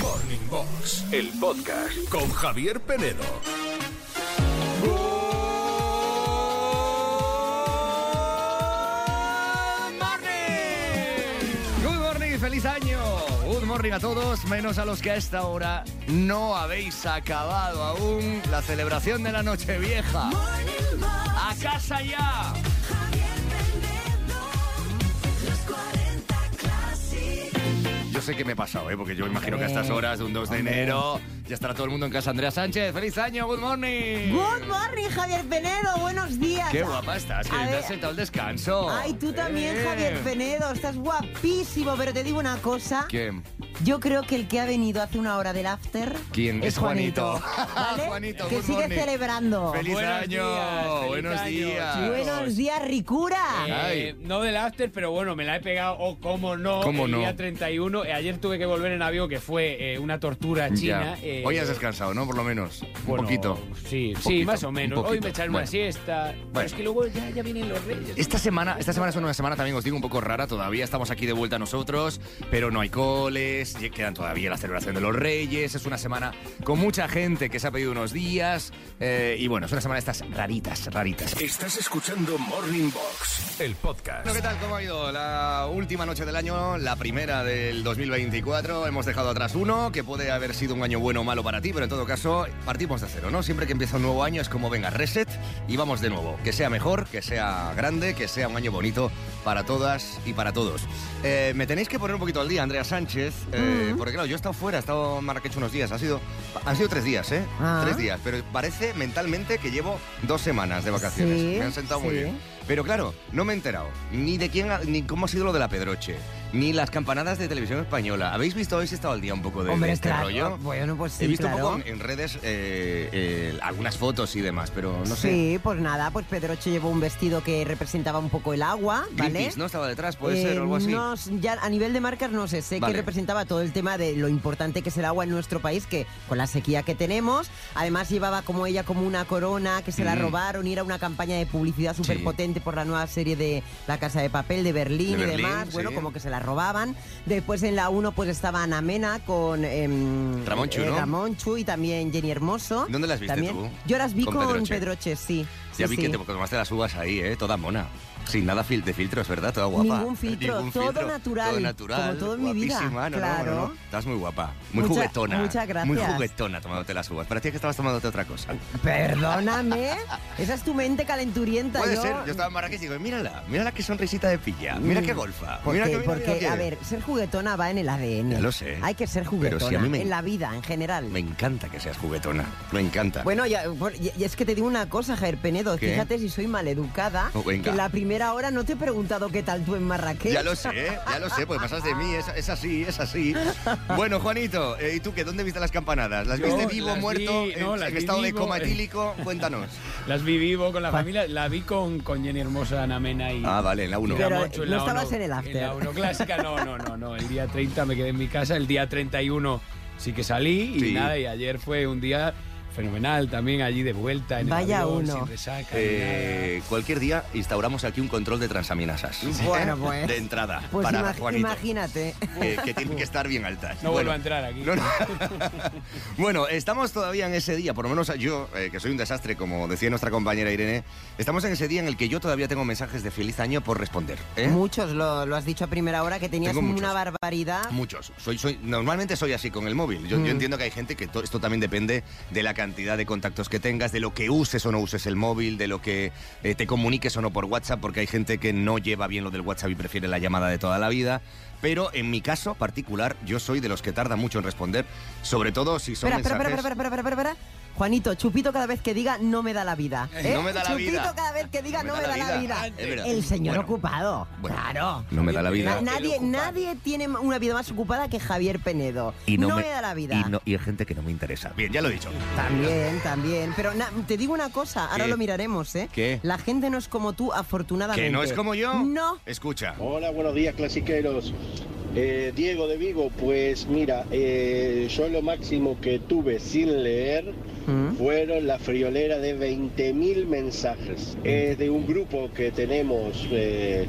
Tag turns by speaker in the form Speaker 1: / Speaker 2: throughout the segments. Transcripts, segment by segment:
Speaker 1: Morning Box
Speaker 2: El podcast.
Speaker 1: con Javier Penedo.
Speaker 3: Good morning, feliz año. Good morning a todos, menos a los que a esta hora no habéis acabado aún la celebración de la Nochevieja. A casa ya. Yo sé que me he pasado, ¿eh? porque yo imagino que a estas horas, un 2 de enero, ya estará todo el mundo en casa. Andrea Sánchez, feliz año, good morning.
Speaker 4: Good morning, Javier Penedo. Buenos días.
Speaker 3: Qué guapa estás, que
Speaker 4: A
Speaker 3: te
Speaker 4: ver.
Speaker 3: has sentado al descanso.
Speaker 4: Ay, tú también,
Speaker 3: Eh.
Speaker 4: Javier Penedo. Estás guapísimo, pero te digo una cosa.
Speaker 3: ¿Quién?
Speaker 4: Yo creo que el que ha venido hace una hora del after.
Speaker 3: ¿Quién?
Speaker 4: Es
Speaker 3: Es Juanito. Ah,
Speaker 4: Juanito. ¿vale?
Speaker 3: Juanito,
Speaker 4: que
Speaker 3: good
Speaker 4: sigue
Speaker 3: morning.
Speaker 4: celebrando.
Speaker 3: Feliz
Speaker 5: Buenos
Speaker 3: año,
Speaker 5: días, feliz
Speaker 3: buenos
Speaker 5: año,
Speaker 3: días.
Speaker 5: chicos.
Speaker 4: Buenos días, Ricura.
Speaker 3: Ay.
Speaker 5: Eh, no del after, pero bueno, me la he pegado, o cómo no,
Speaker 3: ¿Cómo
Speaker 5: el
Speaker 3: no?
Speaker 5: día 31. Eh, ayer tuve que volver en avión, que fue eh, una tortura china.
Speaker 3: Ya.
Speaker 5: eh,
Speaker 3: Hoy has descansado, ¿no? Por lo menos.
Speaker 5: bueno,
Speaker 3: un poquito.
Speaker 5: Sí, sí,
Speaker 3: poquito,
Speaker 5: más o
Speaker 3: un
Speaker 5: menos. Hoy
Speaker 3: poquito.
Speaker 5: me echaré
Speaker 3: Bueno.
Speaker 5: una siesta. Pero es que luego ya, ya vienen los reyes.
Speaker 3: Esta semana, esta semana es una semana también, os digo, un poco rara. Todavía estamos aquí de vuelta nosotros, pero no hay coles, y quedan todavía la celebración de los Reyes. Es una semana con mucha gente que se ha pedido unos días. eh, y bueno, es una semana de estas raritas, raritas.
Speaker 1: Estás escuchando Morning Box, el podcast.
Speaker 3: Bueno, ¿qué tal? ¿Cómo ha ido la última noche del año, la primera del 2024? Hemos dejado atrás uno, que puede haber sido un año bueno o malo para ti, pero en todo caso, partimos de cero, ¿no? Siempre que empieza un nuevo año es como, venga, reset y vamos de nuevo. Que sea mejor, que sea grande, que sea un año bonito para todas y para todos. Eh, me tenéis que poner un poquito al día, Andrea Sánchez, eh,
Speaker 4: Mm.
Speaker 3: porque claro, yo he estado fuera, he estado en Marrakech unos días, ha sido, han sido tres días, ¿eh?
Speaker 4: Ah.
Speaker 3: Tres días, pero parece mentalmente que llevo dos semanas de vacaciones.
Speaker 4: Sí,
Speaker 3: me han sentado muy
Speaker 4: sí.
Speaker 3: bien. Pero claro, no me he enterado ni de quién, ha- ni cómo ha sido lo de la Pedroche, ni las campanadas de televisión española. ¿Habéis visto? ¿Habéis estado al día un poco de, de
Speaker 4: Hombre,
Speaker 3: este
Speaker 4: claro.
Speaker 3: rollo?
Speaker 4: Bueno, pues sí,
Speaker 3: He visto
Speaker 4: claro.
Speaker 3: un poco en redes eh, eh, algunas fotos y demás, pero no sé.
Speaker 4: Sí, pues nada, pues Pedroche llevó un vestido que representaba un poco el agua, ¿vale?
Speaker 3: Greenpeace, ¿no? Estaba detrás, puede
Speaker 4: Eh,
Speaker 3: ser, o algo así.
Speaker 4: no s- ya a nivel de marcas no sé, sé
Speaker 3: Vale.
Speaker 4: que representaba todo el tema de lo importante que es el agua en nuestro país, que con la sequía que tenemos, además llevaba como ella como una corona que se la
Speaker 3: Mm.
Speaker 4: robaron y era una campaña de publicidad súper potente por la nueva serie de La Casa de Papel de Berlín,
Speaker 3: De Berlín,
Speaker 4: y demás, bueno,
Speaker 3: sí.
Speaker 4: como que se la robaban. Después en la 1 pues estaba Ana Mena con em,
Speaker 3: Ramón Chu, ¿no?
Speaker 4: Ramón Chu y también Jenny Hermoso.
Speaker 3: ¿Dónde las viste
Speaker 4: También-
Speaker 3: tú?
Speaker 4: Yo las vi
Speaker 3: Con
Speaker 4: con,
Speaker 3: Pedroche.
Speaker 4: Pedroche. sí.
Speaker 3: ya
Speaker 4: sí,
Speaker 3: vi
Speaker 4: sí.
Speaker 3: que te tomaste las uvas ahí, ¿eh? Toda mona. Sin nada fil- de filtros, ¿verdad? Toda guapa.
Speaker 4: Ningún filtro, todo natural,
Speaker 3: Todo natural.
Speaker 4: como todo en mi vida,
Speaker 3: guapísima, no, no, no,
Speaker 4: claro.
Speaker 3: no. Estás muy guapa. Muy
Speaker 4: Mucha-
Speaker 3: juguetona.
Speaker 4: muchas gracias.
Speaker 3: Muy juguetona tomándote las uvas. Parecía que estabas tomándote otra cosa.
Speaker 4: Perdóname, esa es tu mente calenturienta.
Speaker 3: Puede
Speaker 4: yo-
Speaker 3: ser, yo estaba en Marrakech y digo, mírala, mírala qué sonrisita de pilla, mira qué golfa, mira
Speaker 4: Porque-
Speaker 3: qué mira,
Speaker 4: Mm. porque,
Speaker 3: mira qué-
Speaker 4: a ver, ser juguetona va en el ADN.
Speaker 3: Ya lo sé.
Speaker 4: Hay que ser
Speaker 3: Pero
Speaker 4: juguetona
Speaker 3: si a mí me-
Speaker 4: en la vida, en general.
Speaker 3: Me encanta que seas juguetona, me encanta.
Speaker 4: Bueno, ya- por- y- y es que te digo una cosa, Jair Penedo.
Speaker 3: ¿Qué?
Speaker 4: Fíjate si soy maleducada.
Speaker 3: Oh, venga.
Speaker 4: que en la primera hora no te he preguntado qué tal tú en Marrakech.
Speaker 3: Ya lo sé, ya lo sé, pues pasas de mí, es, es así, es así. Bueno, Juanito, eh, ¿y tú qué? ¿Dónde viste las campanadas? ¿Las
Speaker 5: Yo
Speaker 3: viste vivo,
Speaker 5: las vi-
Speaker 3: muerto, en-
Speaker 5: no,
Speaker 3: en,
Speaker 5: las vi
Speaker 3: estado de
Speaker 5: vivo,
Speaker 3: coma
Speaker 5: eh.
Speaker 3: etílico? Cuéntanos.
Speaker 5: Las vi vivo con la familia, la vi con, con Jenny Hermosa, Ana Mena y.
Speaker 3: Ah, vale, en la uno.
Speaker 5: y Ramón
Speaker 4: Pero,
Speaker 5: Chu,
Speaker 4: eh,
Speaker 5: en
Speaker 4: no
Speaker 5: la
Speaker 4: estabas
Speaker 5: uno-
Speaker 4: en el after.
Speaker 5: la uno clásica, no, no, no, no. El día 30 me quedé en mi casa, el día 31 sí que salí y
Speaker 3: Sí.
Speaker 5: nada, y ayer fue un día fenomenal también allí de vuelta en
Speaker 4: Vaya
Speaker 5: el avión,
Speaker 4: uno.
Speaker 5: sin resaca, ni nada.
Speaker 3: Eh, cualquier día instauramos aquí un control de transaminasas.
Speaker 4: Bueno, pues.
Speaker 3: De entrada,
Speaker 4: Pues
Speaker 3: para
Speaker 4: ima-
Speaker 3: Juanito. Eh,
Speaker 4: imagínate.
Speaker 3: que, que tienen que estar bien altas.
Speaker 5: No
Speaker 3: Bueno,
Speaker 5: vuelvo a entrar aquí.
Speaker 3: No, no. bueno, estamos todavía en ese día, por lo menos yo, eh, que soy un desastre, como decía nuestra compañera Irene, estamos en ese día en el que yo todavía tengo mensajes de feliz año por responder. ¿eh?
Speaker 4: Muchos lo, lo has dicho a primera hora que tenías
Speaker 3: Tengo
Speaker 4: una
Speaker 3: muchos.
Speaker 4: barbaridad.
Speaker 3: Muchos. Soy, soy, normalmente soy así con el móvil.
Speaker 4: Mm.
Speaker 3: Yo, yo entiendo que hay gente que to- esto también depende de la cantidad de contactos que tengas, de lo que uses o no uses el móvil, de lo que eh, te comuniques o no por WhatsApp, porque hay gente que no lleva bien lo del WhatsApp y prefiere la llamada de toda la vida. Pero en mi caso particular, yo soy de los que tarda mucho en responder, sobre todo si son
Speaker 4: Espera, espera,
Speaker 3: mensajes...
Speaker 4: espera, espera, espera, espera, espera. Juanito, Chupito cada vez que diga no me da la vida.
Speaker 3: Eh,
Speaker 4: ¿eh?
Speaker 3: no me da la
Speaker 4: Chupito
Speaker 3: vida.
Speaker 4: cada vez que diga no me da la vida.
Speaker 3: Es verdad.
Speaker 4: El señor
Speaker 3: Bueno,
Speaker 4: ocupado.
Speaker 3: bueno,
Speaker 4: claro.
Speaker 3: No me da la vida.
Speaker 4: Na- nadie, nadie tiene una vida más ocupada que Javier Penedo. no me, da la vida.
Speaker 3: Y, no- y hay gente que no me interesa. Bien, ya lo he dicho.
Speaker 4: También, también. Pero na- te digo una cosa, ahora
Speaker 3: ¿Qué?
Speaker 4: lo miraremos, ¿eh?
Speaker 3: ¿Qué?
Speaker 4: La gente no es como tú, afortunadamente.
Speaker 3: ¿Que no es como yo?
Speaker 4: No.
Speaker 3: Escucha.
Speaker 6: Hola, buenos días, clasiqueros. Eh, Diego de Vigo, pues mira, eh, yo lo máximo que tuve sin leer
Speaker 4: ¿Mm?
Speaker 6: fueron la friolera de 20.000 mensajes.
Speaker 3: Mm.
Speaker 6: Es de un grupo que tenemos eh,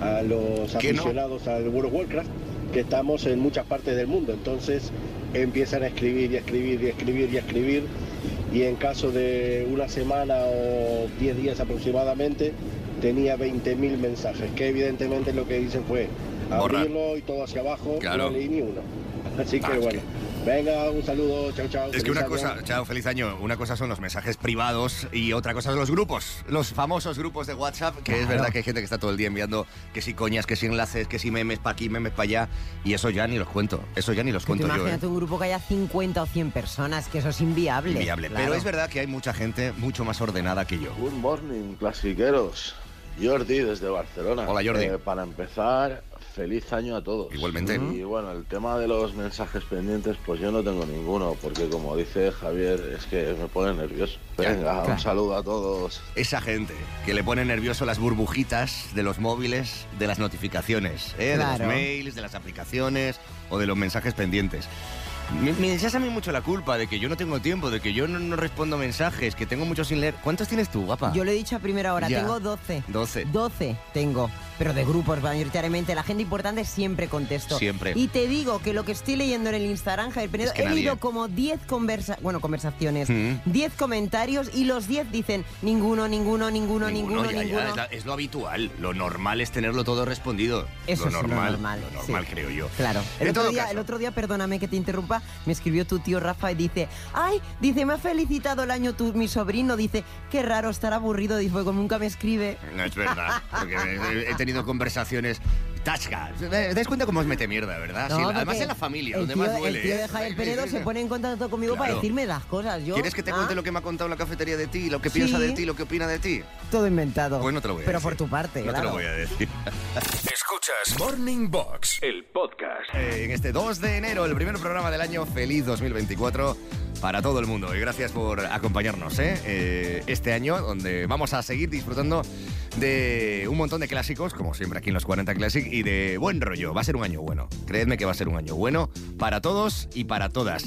Speaker 6: a los
Speaker 3: ¿Que no?
Speaker 6: aficionados al World of Warcraft. que estamos en muchas partes del mundo. Entonces empiezan a escribir y a escribir y a escribir y a escribir. Y en caso de una semana o 10 días aproximadamente, tenía 20.000 mensajes, que evidentemente lo que dicen fue
Speaker 3: Borrar.
Speaker 6: abrirlo y todo hacia abajo,
Speaker 3: Claro.
Speaker 6: no leí ni uno. Así
Speaker 3: Ah,
Speaker 6: que
Speaker 3: es
Speaker 6: bueno, venga, un saludo, chao, chao.
Speaker 3: Es que una
Speaker 6: feliz año.
Speaker 3: cosa, chao, feliz año. Una cosa son los mensajes privados y otra cosa son los grupos, los famosos grupos de WhatsApp, que es verdad que hay gente que está todo el día enviando que si coñas, que si enlaces, que si memes para aquí, memes para allá, y eso ya ni los cuento, eso ya ni los
Speaker 4: Tú
Speaker 3: cuento yo. ¿eh?
Speaker 4: imagínate un grupo que haya 50 o 100 personas, que eso es inviable.
Speaker 3: Inviable.
Speaker 4: Claro.
Speaker 3: Pero es verdad que hay mucha gente mucho más ordenada que yo.
Speaker 2: Good morning, clasiqueros. Jordi desde Barcelona. Eh,
Speaker 3: Hola, Jordi.
Speaker 2: para empezar, feliz año a todos.
Speaker 3: Igualmente.
Speaker 2: Y bueno, el tema de los mensajes pendientes, pues yo no tengo ninguno, porque como dice Javier, es que me pone nervioso.
Speaker 3: Ya,
Speaker 2: Venga, un
Speaker 4: claro.
Speaker 2: saludo a todos.
Speaker 3: Esa gente que le pone nervioso las burbujitas de los móviles, de las notificaciones, ¿eh? de
Speaker 4: Claro.
Speaker 3: los mails, de las aplicaciones o de los mensajes pendientes. Me, me echas a mí mucho la culpa de que yo no tengo tiempo, de que yo no, no respondo mensajes, que tengo muchos sin leer. ¿Cuántos tienes tú, guapa?
Speaker 4: Yo lo he dicho a primera hora,
Speaker 3: Ya.
Speaker 4: tengo 12.
Speaker 3: 12.
Speaker 4: 12 tengo, pero de grupos mayoritariamente. La gente importante siempre contesto.
Speaker 3: Siempre.
Speaker 4: Y te digo que lo que estoy leyendo en el Instagram, Javier Penedo,
Speaker 3: Es que
Speaker 4: he
Speaker 3: nadie.
Speaker 4: leído como 10 conversa bueno, conversaciones,
Speaker 3: Mm.
Speaker 4: 10 comentarios y los 10 dicen ninguno, ninguno, ninguno, ninguno,
Speaker 3: ya, ya,
Speaker 4: ninguno.
Speaker 3: es, la- es lo habitual. Lo normal es tenerlo todo respondido.
Speaker 4: Eso
Speaker 3: lo
Speaker 4: es lo
Speaker 3: normal,
Speaker 4: normal,
Speaker 3: lo normal,
Speaker 4: sí.
Speaker 3: creo yo.
Speaker 4: Claro.
Speaker 3: En
Speaker 4: El otro,
Speaker 3: todo
Speaker 4: día,
Speaker 3: caso.
Speaker 4: el otro día, perdóname que te interrumpa, me escribió tu tío Rafa y dice, ay, dice, me ha felicitado el año tu, mi sobrino, dice, qué raro estar aburrido, dice, "Pues como nunca me escribe.
Speaker 3: No es verdad, porque he he tenido conversaciones. Tasca, ¿te das cuenta cómo os mete mierda, verdad? Sí,
Speaker 4: No,
Speaker 3: además
Speaker 4: porque
Speaker 3: en la familia,
Speaker 4: el
Speaker 3: donde
Speaker 4: tío-
Speaker 3: más duele.
Speaker 4: El tío
Speaker 3: ¿eh?
Speaker 4: de Javier Penedo se pone en contacto conmigo
Speaker 3: Claro.
Speaker 4: para decirme las cosas. Yo,
Speaker 3: ¿Quieres que te cuente
Speaker 4: ah,
Speaker 3: lo que me ha contado la cafetería de ti, lo que piensa
Speaker 4: Sí.
Speaker 3: de ti, lo que opina de ti?
Speaker 4: Todo inventado.
Speaker 3: Pues no te lo voy a
Speaker 4: Pero
Speaker 3: decir.
Speaker 4: por tu parte,
Speaker 3: No te
Speaker 4: claro.
Speaker 3: lo voy a decir.
Speaker 1: Escuchas Morning Box.
Speaker 5: El podcast.
Speaker 3: Eh, en este 2 de enero, el primer programa del año. Feliz 2024 para todo el mundo. Y gracias por acompañarnos ¿eh? Eh, este año, donde vamos a seguir disfrutando de un montón de clásicos, como siempre aquí en los 40 Classic, y de buen rollo. Va a ser un año bueno. Creedme que va a ser un año bueno para todos y para todas.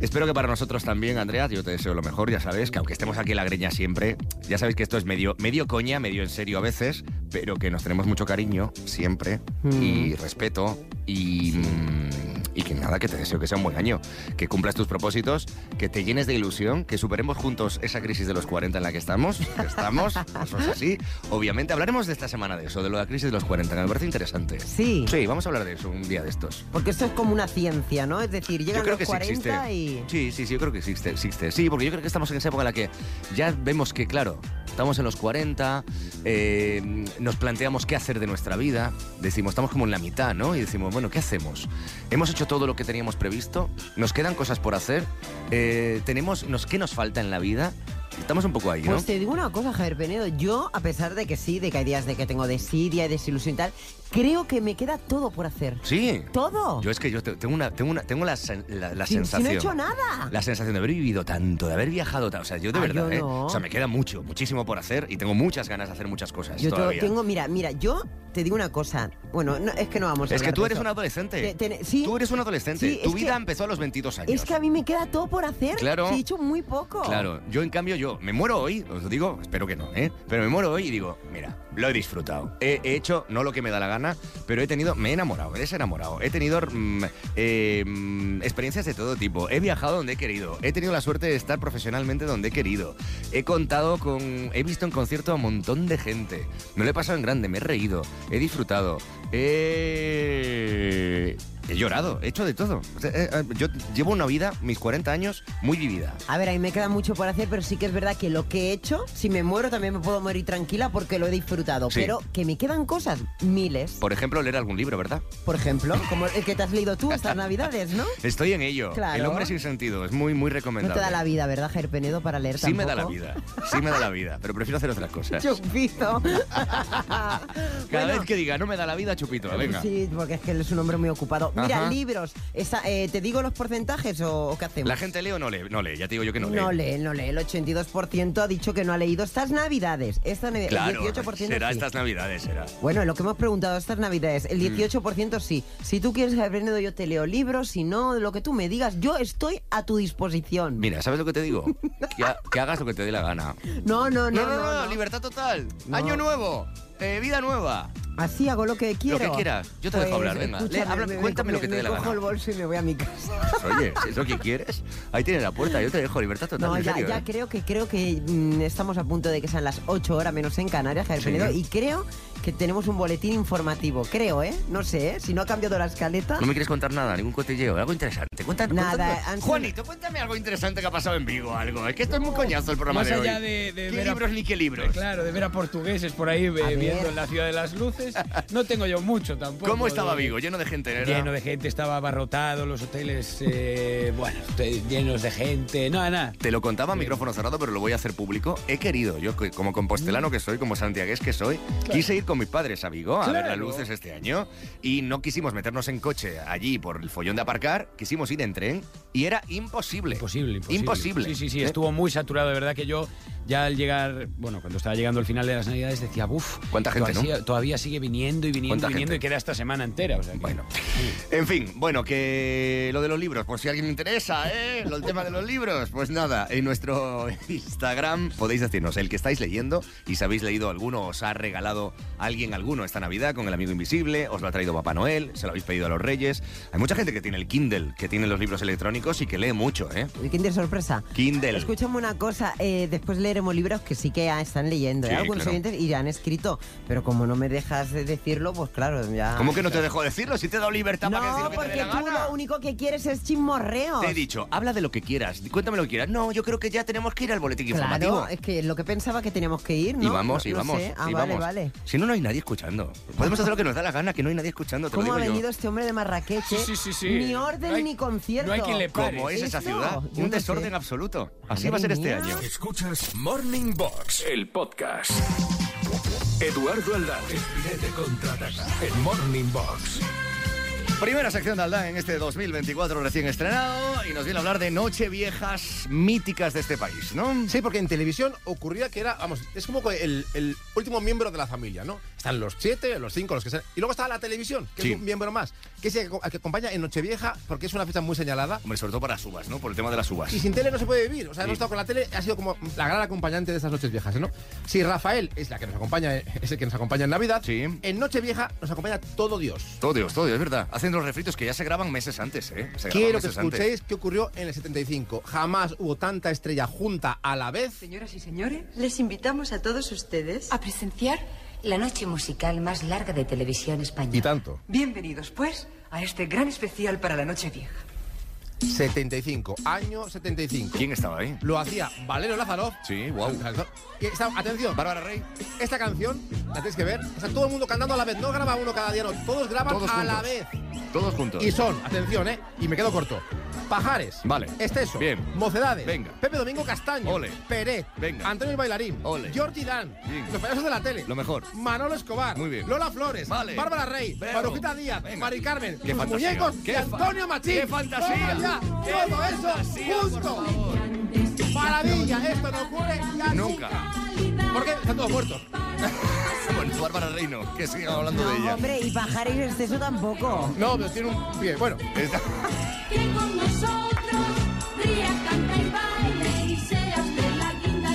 Speaker 3: Espero que para nosotros también, Andrea, yo te deseo lo mejor, ya sabes, que aunque estemos aquí en la greña siempre, ya sabéis que esto es medio, medio coña, medio en serio a veces, pero que nos tenemos mucho cariño siempre y respeto y, mm, y que nada, que te deseo que sea un buen año, que cumplas tus propósitos, que te llenes de ilusión, que superemos juntos esa crisis de los 40 en la que estamos, que estamos, eso es así. Obviamente hablaremos de esta semana de eso, de lo de la crisis de los 40, que me parece interesante.
Speaker 4: Sí,
Speaker 3: Sí, vamos a hablar de eso un día de estos.
Speaker 4: porque esto es como una ciencia, ¿no? Es decir,
Speaker 3: Yo
Speaker 4: llegan
Speaker 3: creo
Speaker 4: los
Speaker 3: que sí
Speaker 4: 40
Speaker 3: existe.
Speaker 4: y...
Speaker 3: Sí, sí, sí, yo creo que existe, existe. Sí, porque yo creo que estamos en esa época en la que ya vemos que, claro, estamos en los 40, eh, nos planteamos qué hacer de nuestra vida, decimos, estamos como en la mitad, ¿no? Y decimos, bueno, ¿qué hacemos? Hemos hecho todo lo que teníamos previsto, nos quedan cosas por hacer, eh, tenemos, nos, ¿qué nos falta en la vida? Estamos un poco ahí, ¿no?
Speaker 4: Pues te digo una cosa, Javier Penedo. Yo, a pesar de que sí, de que hay días de que tengo desidia y desilusión y tal, creo que me queda todo por hacer.
Speaker 3: Sí.
Speaker 4: ¿Todo?
Speaker 3: Yo es que yo te- tengo una, tengo una, tengo la, sen- la- la
Speaker 4: Si- si no he
Speaker 3: sensación.
Speaker 4: hecho nada.
Speaker 3: La sensación de haber vivido tanto, de haber viajado tanto. O sea, yo de
Speaker 4: Ah,
Speaker 3: verdad,
Speaker 4: yo
Speaker 3: ¿eh?
Speaker 4: no.
Speaker 3: O sea, me queda mucho, muchísimo por hacer y tengo muchas ganas de hacer muchas cosas
Speaker 4: Yo to-
Speaker 3: todavía.
Speaker 4: tengo, mira, mira, yo te digo una cosa. Bueno, no, es que no vamos a
Speaker 3: Es que
Speaker 4: hablar
Speaker 3: tú
Speaker 4: de
Speaker 3: eres
Speaker 4: eso.
Speaker 3: un adolescente.
Speaker 4: Te- te- sí.
Speaker 3: Tú eres un adolescente.
Speaker 4: Sí,
Speaker 3: tu
Speaker 4: es que-
Speaker 3: vida empezó a los 22 años.
Speaker 4: Es que a mí me queda todo por hacer.
Speaker 3: Claro.
Speaker 4: Sí, he hecho muy poco.
Speaker 3: Claro, yo en cambio, yo me muero hoy, os lo digo, espero que no, ¿eh? Pero me muero hoy y digo, mira, lo he disfrutado. He, he hecho no lo que me da la gana, pero he tenido, me he enamorado, me he desenamorado. He tenido mm, eh, mm, experiencias de todo tipo. He viajado donde he querido. He tenido la suerte de estar profesionalmente donde he querido. He contado con. He visto en concierto a un montón de gente. Me lo he pasado en grande, me he reído, he disfrutado. He. He llorado, he hecho de todo. O sea, eh, eh, Yo llevo una vida, mis 40 años, muy vivida.
Speaker 4: A ver, a mí me queda mucho por hacer, pero sí que es verdad que lo que he hecho, si me muero también me puedo morir tranquila porque lo he disfrutado.
Speaker 3: Sí.
Speaker 4: Pero que me quedan cosas, miles.
Speaker 3: Por ejemplo, leer algún libro, ¿verdad?
Speaker 4: Por ejemplo, como el que te has leído tú estas navidades, ¿no?
Speaker 3: Estoy en ello.
Speaker 4: Claro.
Speaker 3: El hombre sin sentido. Es muy, muy
Speaker 4: No
Speaker 3: recomendable.
Speaker 4: te da la vida, ¿verdad, Jair Penedo, para leer
Speaker 3: Sí me da la
Speaker 4: tampoco?
Speaker 3: vida. Sí me da la vida. Pero prefiero hacer otras cosas.
Speaker 4: Chupito.
Speaker 3: Cada
Speaker 4: Bueno,
Speaker 3: vez que diga no me da la vida, chupito. Venga.
Speaker 4: Sí, porque es que él es un hombre muy ocupado. Mira,
Speaker 3: Ajá.
Speaker 4: libros. Esa- eh, ¿Te digo los porcentajes o, o qué hacemos?
Speaker 3: ¿La gente lee o no lee? No lee. Ya te digo yo que no lee.
Speaker 4: No lee, no lee. El 82% ha dicho que no ha leído estas navidades. Estas navidades.
Speaker 3: Claro.
Speaker 4: el 18%
Speaker 3: será
Speaker 4: sí.
Speaker 3: estas navidades, será.
Speaker 4: Bueno, lo que hemos preguntado estas navidades,
Speaker 7: Mm.
Speaker 4: el 18% sí. Si tú quieres haber aprendido, yo te leo libros. Si no, lo que tú me digas, yo estoy a tu disposición.
Speaker 3: Mira, ¿sabes lo que te digo? Que, ha- que hagas lo que te dé la gana.
Speaker 4: No, no, no.
Speaker 3: No, no, no, libertad total.
Speaker 4: No.
Speaker 3: Año nuevo. eh, vida nueva.
Speaker 4: Así hago lo que quiero. Pues,
Speaker 7: Lo que quieras. Yo te dejo hablar, venga.
Speaker 4: escúchame,
Speaker 7: Le- habla-
Speaker 4: me- me-
Speaker 7: cuéntame lo que
Speaker 4: me-
Speaker 7: te dé la
Speaker 4: me
Speaker 7: gana.
Speaker 4: Cojo el bolso y me voy a mi casa.
Speaker 7: Pues, oye, si es lo que quieres, ahí tienes la puerta, yo te dejo libertad total.
Speaker 4: No,
Speaker 7: en
Speaker 4: ya,
Speaker 7: serio,
Speaker 4: ya
Speaker 7: ¿eh?
Speaker 4: creo que creo que mm, estamos a punto de que sean las 8 horas menos en Canarias, Javier
Speaker 7: Sí.
Speaker 4: Penedo, y creo que tenemos un boletín informativo. Creo, ¿eh? No sé, ¿eh? Si no ha cambiado la escaleta.
Speaker 7: No me quieres contar nada, ningún cotilleo, algo interesante. Cuéntanos.
Speaker 4: Nada,
Speaker 7: cuéntanos.
Speaker 4: han sido-
Speaker 3: Juanito, cuéntame algo interesante que ha pasado en Vigo, algo. Es que esto es muy coñazo el programa
Speaker 5: Más
Speaker 3: de hoy.
Speaker 5: allá de, de
Speaker 3: ¿Qué
Speaker 5: ver a-
Speaker 3: libros ni qué libros?
Speaker 5: Claro, de ver a portugueses por ahí eh,
Speaker 4: ver.
Speaker 5: viendo en la ciudad de las luces. No tengo yo mucho tampoco.
Speaker 3: ¿Cómo estaba
Speaker 5: pues, de-
Speaker 3: Vigo? Lleno de gente, ¿verdad?
Speaker 5: Lleno de gente, estaba abarrotado, los hoteles, eh, bueno, te- llenos de gente. Nada, nada.
Speaker 3: Te lo contaba a
Speaker 5: Sí.
Speaker 3: micrófono cerrado, pero lo voy a hacer público. He querido, yo que- como compostelano que soy, como santiagués que soy, quise ir con mis padres a Vigo a ver las
Speaker 5: Claro.
Speaker 3: luces este año y no quisimos meternos en coche allí por el follón de aparcar, quisimos ir en tren y era imposible.
Speaker 5: Imposible, imposible.
Speaker 3: Imposible.
Speaker 5: Sí, sí, sí,
Speaker 3: ¿Eh?
Speaker 5: estuvo muy saturado, de verdad que yo ya al llegar, bueno, cuando estaba llegando el final de las Navidades decía, uff,
Speaker 3: ¿Cuánta gente,
Speaker 5: todavía, todavía sigue viniendo y viniendo
Speaker 3: ¿Cuánta
Speaker 5: y viniendo
Speaker 3: gente?
Speaker 5: y queda esta semana entera, o sea que-
Speaker 3: Bueno, en fin, bueno, que lo de los libros, por si a alguien le interesa, ¿eh? Lo- El tema de los libros, pues nada, en nuestro Instagram podéis decirnos el que estáis leyendo y si habéis leído alguno, os ha regalado alguien alguno esta Navidad con el amigo invisible, os lo ha traído Papá Noel, se lo habéis pedido a los Reyes. Hay mucha gente que tiene el Kindle, que tiene los libros electrónicos y que lee mucho, ¿eh?
Speaker 4: Uy, Kinder sorpresa.
Speaker 3: Kindle.
Speaker 4: Escúchame una cosa, eh, después leeremos libros que sí que ah, están leyendo. ¿eh?
Speaker 3: Sí,
Speaker 4: Algunos
Speaker 3: claro.
Speaker 4: oyentes y ya han escrito, pero como no me dejas de decirlo, pues claro, ya.
Speaker 3: ¿Cómo que no te dejo decirlo? Si te he dado libertad para que decir
Speaker 4: No,
Speaker 3: lo que te dé
Speaker 4: porque
Speaker 3: la
Speaker 4: tú
Speaker 3: gana.
Speaker 4: lo único que quieres es chismorreo.
Speaker 3: Te he dicho, habla de lo que quieras, cuéntame lo que quieras. No, yo creo que ya tenemos que ir al boletín informativo.
Speaker 4: Claro, es que lo que pensaba que teníamos que ir, ¿no?
Speaker 3: Y vamos,
Speaker 4: No-
Speaker 3: y
Speaker 4: no
Speaker 3: vamos.
Speaker 4: sé. Ah,
Speaker 3: y
Speaker 4: vale,
Speaker 3: vamos.
Speaker 4: vale.
Speaker 3: Si no, no hay nadie escuchando. Podemos hacer lo que nos da la gana, que no hay nadie escuchando, te lo
Speaker 4: ¿Cómo ha
Speaker 3: digo
Speaker 4: venido
Speaker 3: yo.
Speaker 4: este hombre de Marrakech? eh?
Speaker 5: Sí, sí, sí, sí.
Speaker 4: Ni
Speaker 5: No
Speaker 4: orden
Speaker 5: hay-
Speaker 4: ni concierto.
Speaker 5: no hay quien le pare.
Speaker 3: Como es esa
Speaker 4: Eso,
Speaker 3: ciudad,
Speaker 4: yo
Speaker 3: un
Speaker 4: no
Speaker 3: desorden
Speaker 4: sé.
Speaker 3: absoluto. Así
Speaker 4: Madre
Speaker 3: va a ser este
Speaker 4: mía.
Speaker 3: año.
Speaker 1: Escuchas Morning Box, el podcast. Eduardo Aldán, Espinete contraataca en Morning Box.
Speaker 3: Primera sección de Aldán en este 2024 recién estrenado y nos viene a hablar de nocheviejas míticas de este país, ¿no?
Speaker 8: Sí, porque en televisión ocurría que era, vamos, es como el, el último miembro de la familia, ¿no? Están los siete, los cinco, los que sean. Y luego está la televisión, que
Speaker 3: Sí.
Speaker 8: es un miembro más, que es el que, al que acompaña en Nochevieja, porque es una fecha muy señalada.
Speaker 3: Hombre, sobre todo para las uvas, ¿no? Por el tema de las uvas.
Speaker 8: Y sin tele no se puede vivir. O sea,
Speaker 3: Sí.
Speaker 8: hemos estado con la tele, ha sido como la gran acompañante de esas noches viejas, ¿no? Si Rafael es la que nos acompaña, eh, es el que nos acompaña en Navidad,
Speaker 3: Sí.
Speaker 8: en Nochevieja nos acompaña todo Dios.
Speaker 3: Todo Dios, todo Dios, es verdad. Hacen los refritos que ya se graban meses antes, ¿eh? Se graban
Speaker 8: Quiero que
Speaker 3: meses antes.
Speaker 8: escuchéis qué ocurrió en el 75. Jamás hubo tanta estrella junta a la vez
Speaker 9: Señoras y señores, les invitamos a todos ustedes
Speaker 10: a presenciar la noche musical más larga de televisión española.
Speaker 8: y tanto.
Speaker 9: Bienvenidos, pues, a este gran especial para la noche vieja.
Speaker 8: 75, año 75.
Speaker 3: ¿Quién estaba ahí?
Speaker 8: Lo hacía Valero Lázaro.
Speaker 3: Sí, guau.
Speaker 8: Que está- atención,
Speaker 3: Bárbara Rey.
Speaker 8: esta canción la tenéis que ver. Está todo el mundo cantando a la vez. No graba uno cada día, no. Todos graban
Speaker 3: Todos
Speaker 8: a la vez.
Speaker 3: juntos. Todos juntos.
Speaker 8: Y son, atención, ¿eh? Y me quedo corto. Pajares.
Speaker 3: Vale.
Speaker 8: Esteso.
Speaker 3: Bien.
Speaker 8: Mocedades.
Speaker 3: Venga.
Speaker 8: Pepe Domingo Castaño.
Speaker 3: Ole.
Speaker 8: Peret.
Speaker 3: Venga.
Speaker 8: Antonio el Bailarín.
Speaker 3: Ole.
Speaker 8: Jordi Dan.
Speaker 3: Bien.
Speaker 8: Los payasos de la tele.
Speaker 3: Lo mejor.
Speaker 8: Manolo Escobar.
Speaker 3: Muy bien.
Speaker 8: Lola Flores.
Speaker 3: Vale.
Speaker 8: Bárbara Rey.
Speaker 3: Bravo.
Speaker 8: Marujita Díaz.
Speaker 3: Venga.
Speaker 8: Mari Carmen.
Speaker 3: Qué
Speaker 8: Los
Speaker 3: fantasía.
Speaker 8: muñecos.
Speaker 3: Qué
Speaker 8: y
Speaker 3: fa-
Speaker 8: Antonio Machín.
Speaker 3: qué fantasía.
Speaker 8: Toma ya.
Speaker 3: Qué
Speaker 8: Todo
Speaker 3: fantasía,
Speaker 8: eso
Speaker 3: por
Speaker 8: justo.
Speaker 3: favor.
Speaker 8: Maravilla. Esto no ocurre ya
Speaker 3: Nunca.
Speaker 8: Porque están todos muertos.
Speaker 3: Bueno, Bárbara Reino, que sigan hablando de
Speaker 4: No,
Speaker 3: ella.
Speaker 4: hombre, y bajar en exceso tampoco.
Speaker 8: No, pero tiene un pie. Bueno.
Speaker 3: Esta-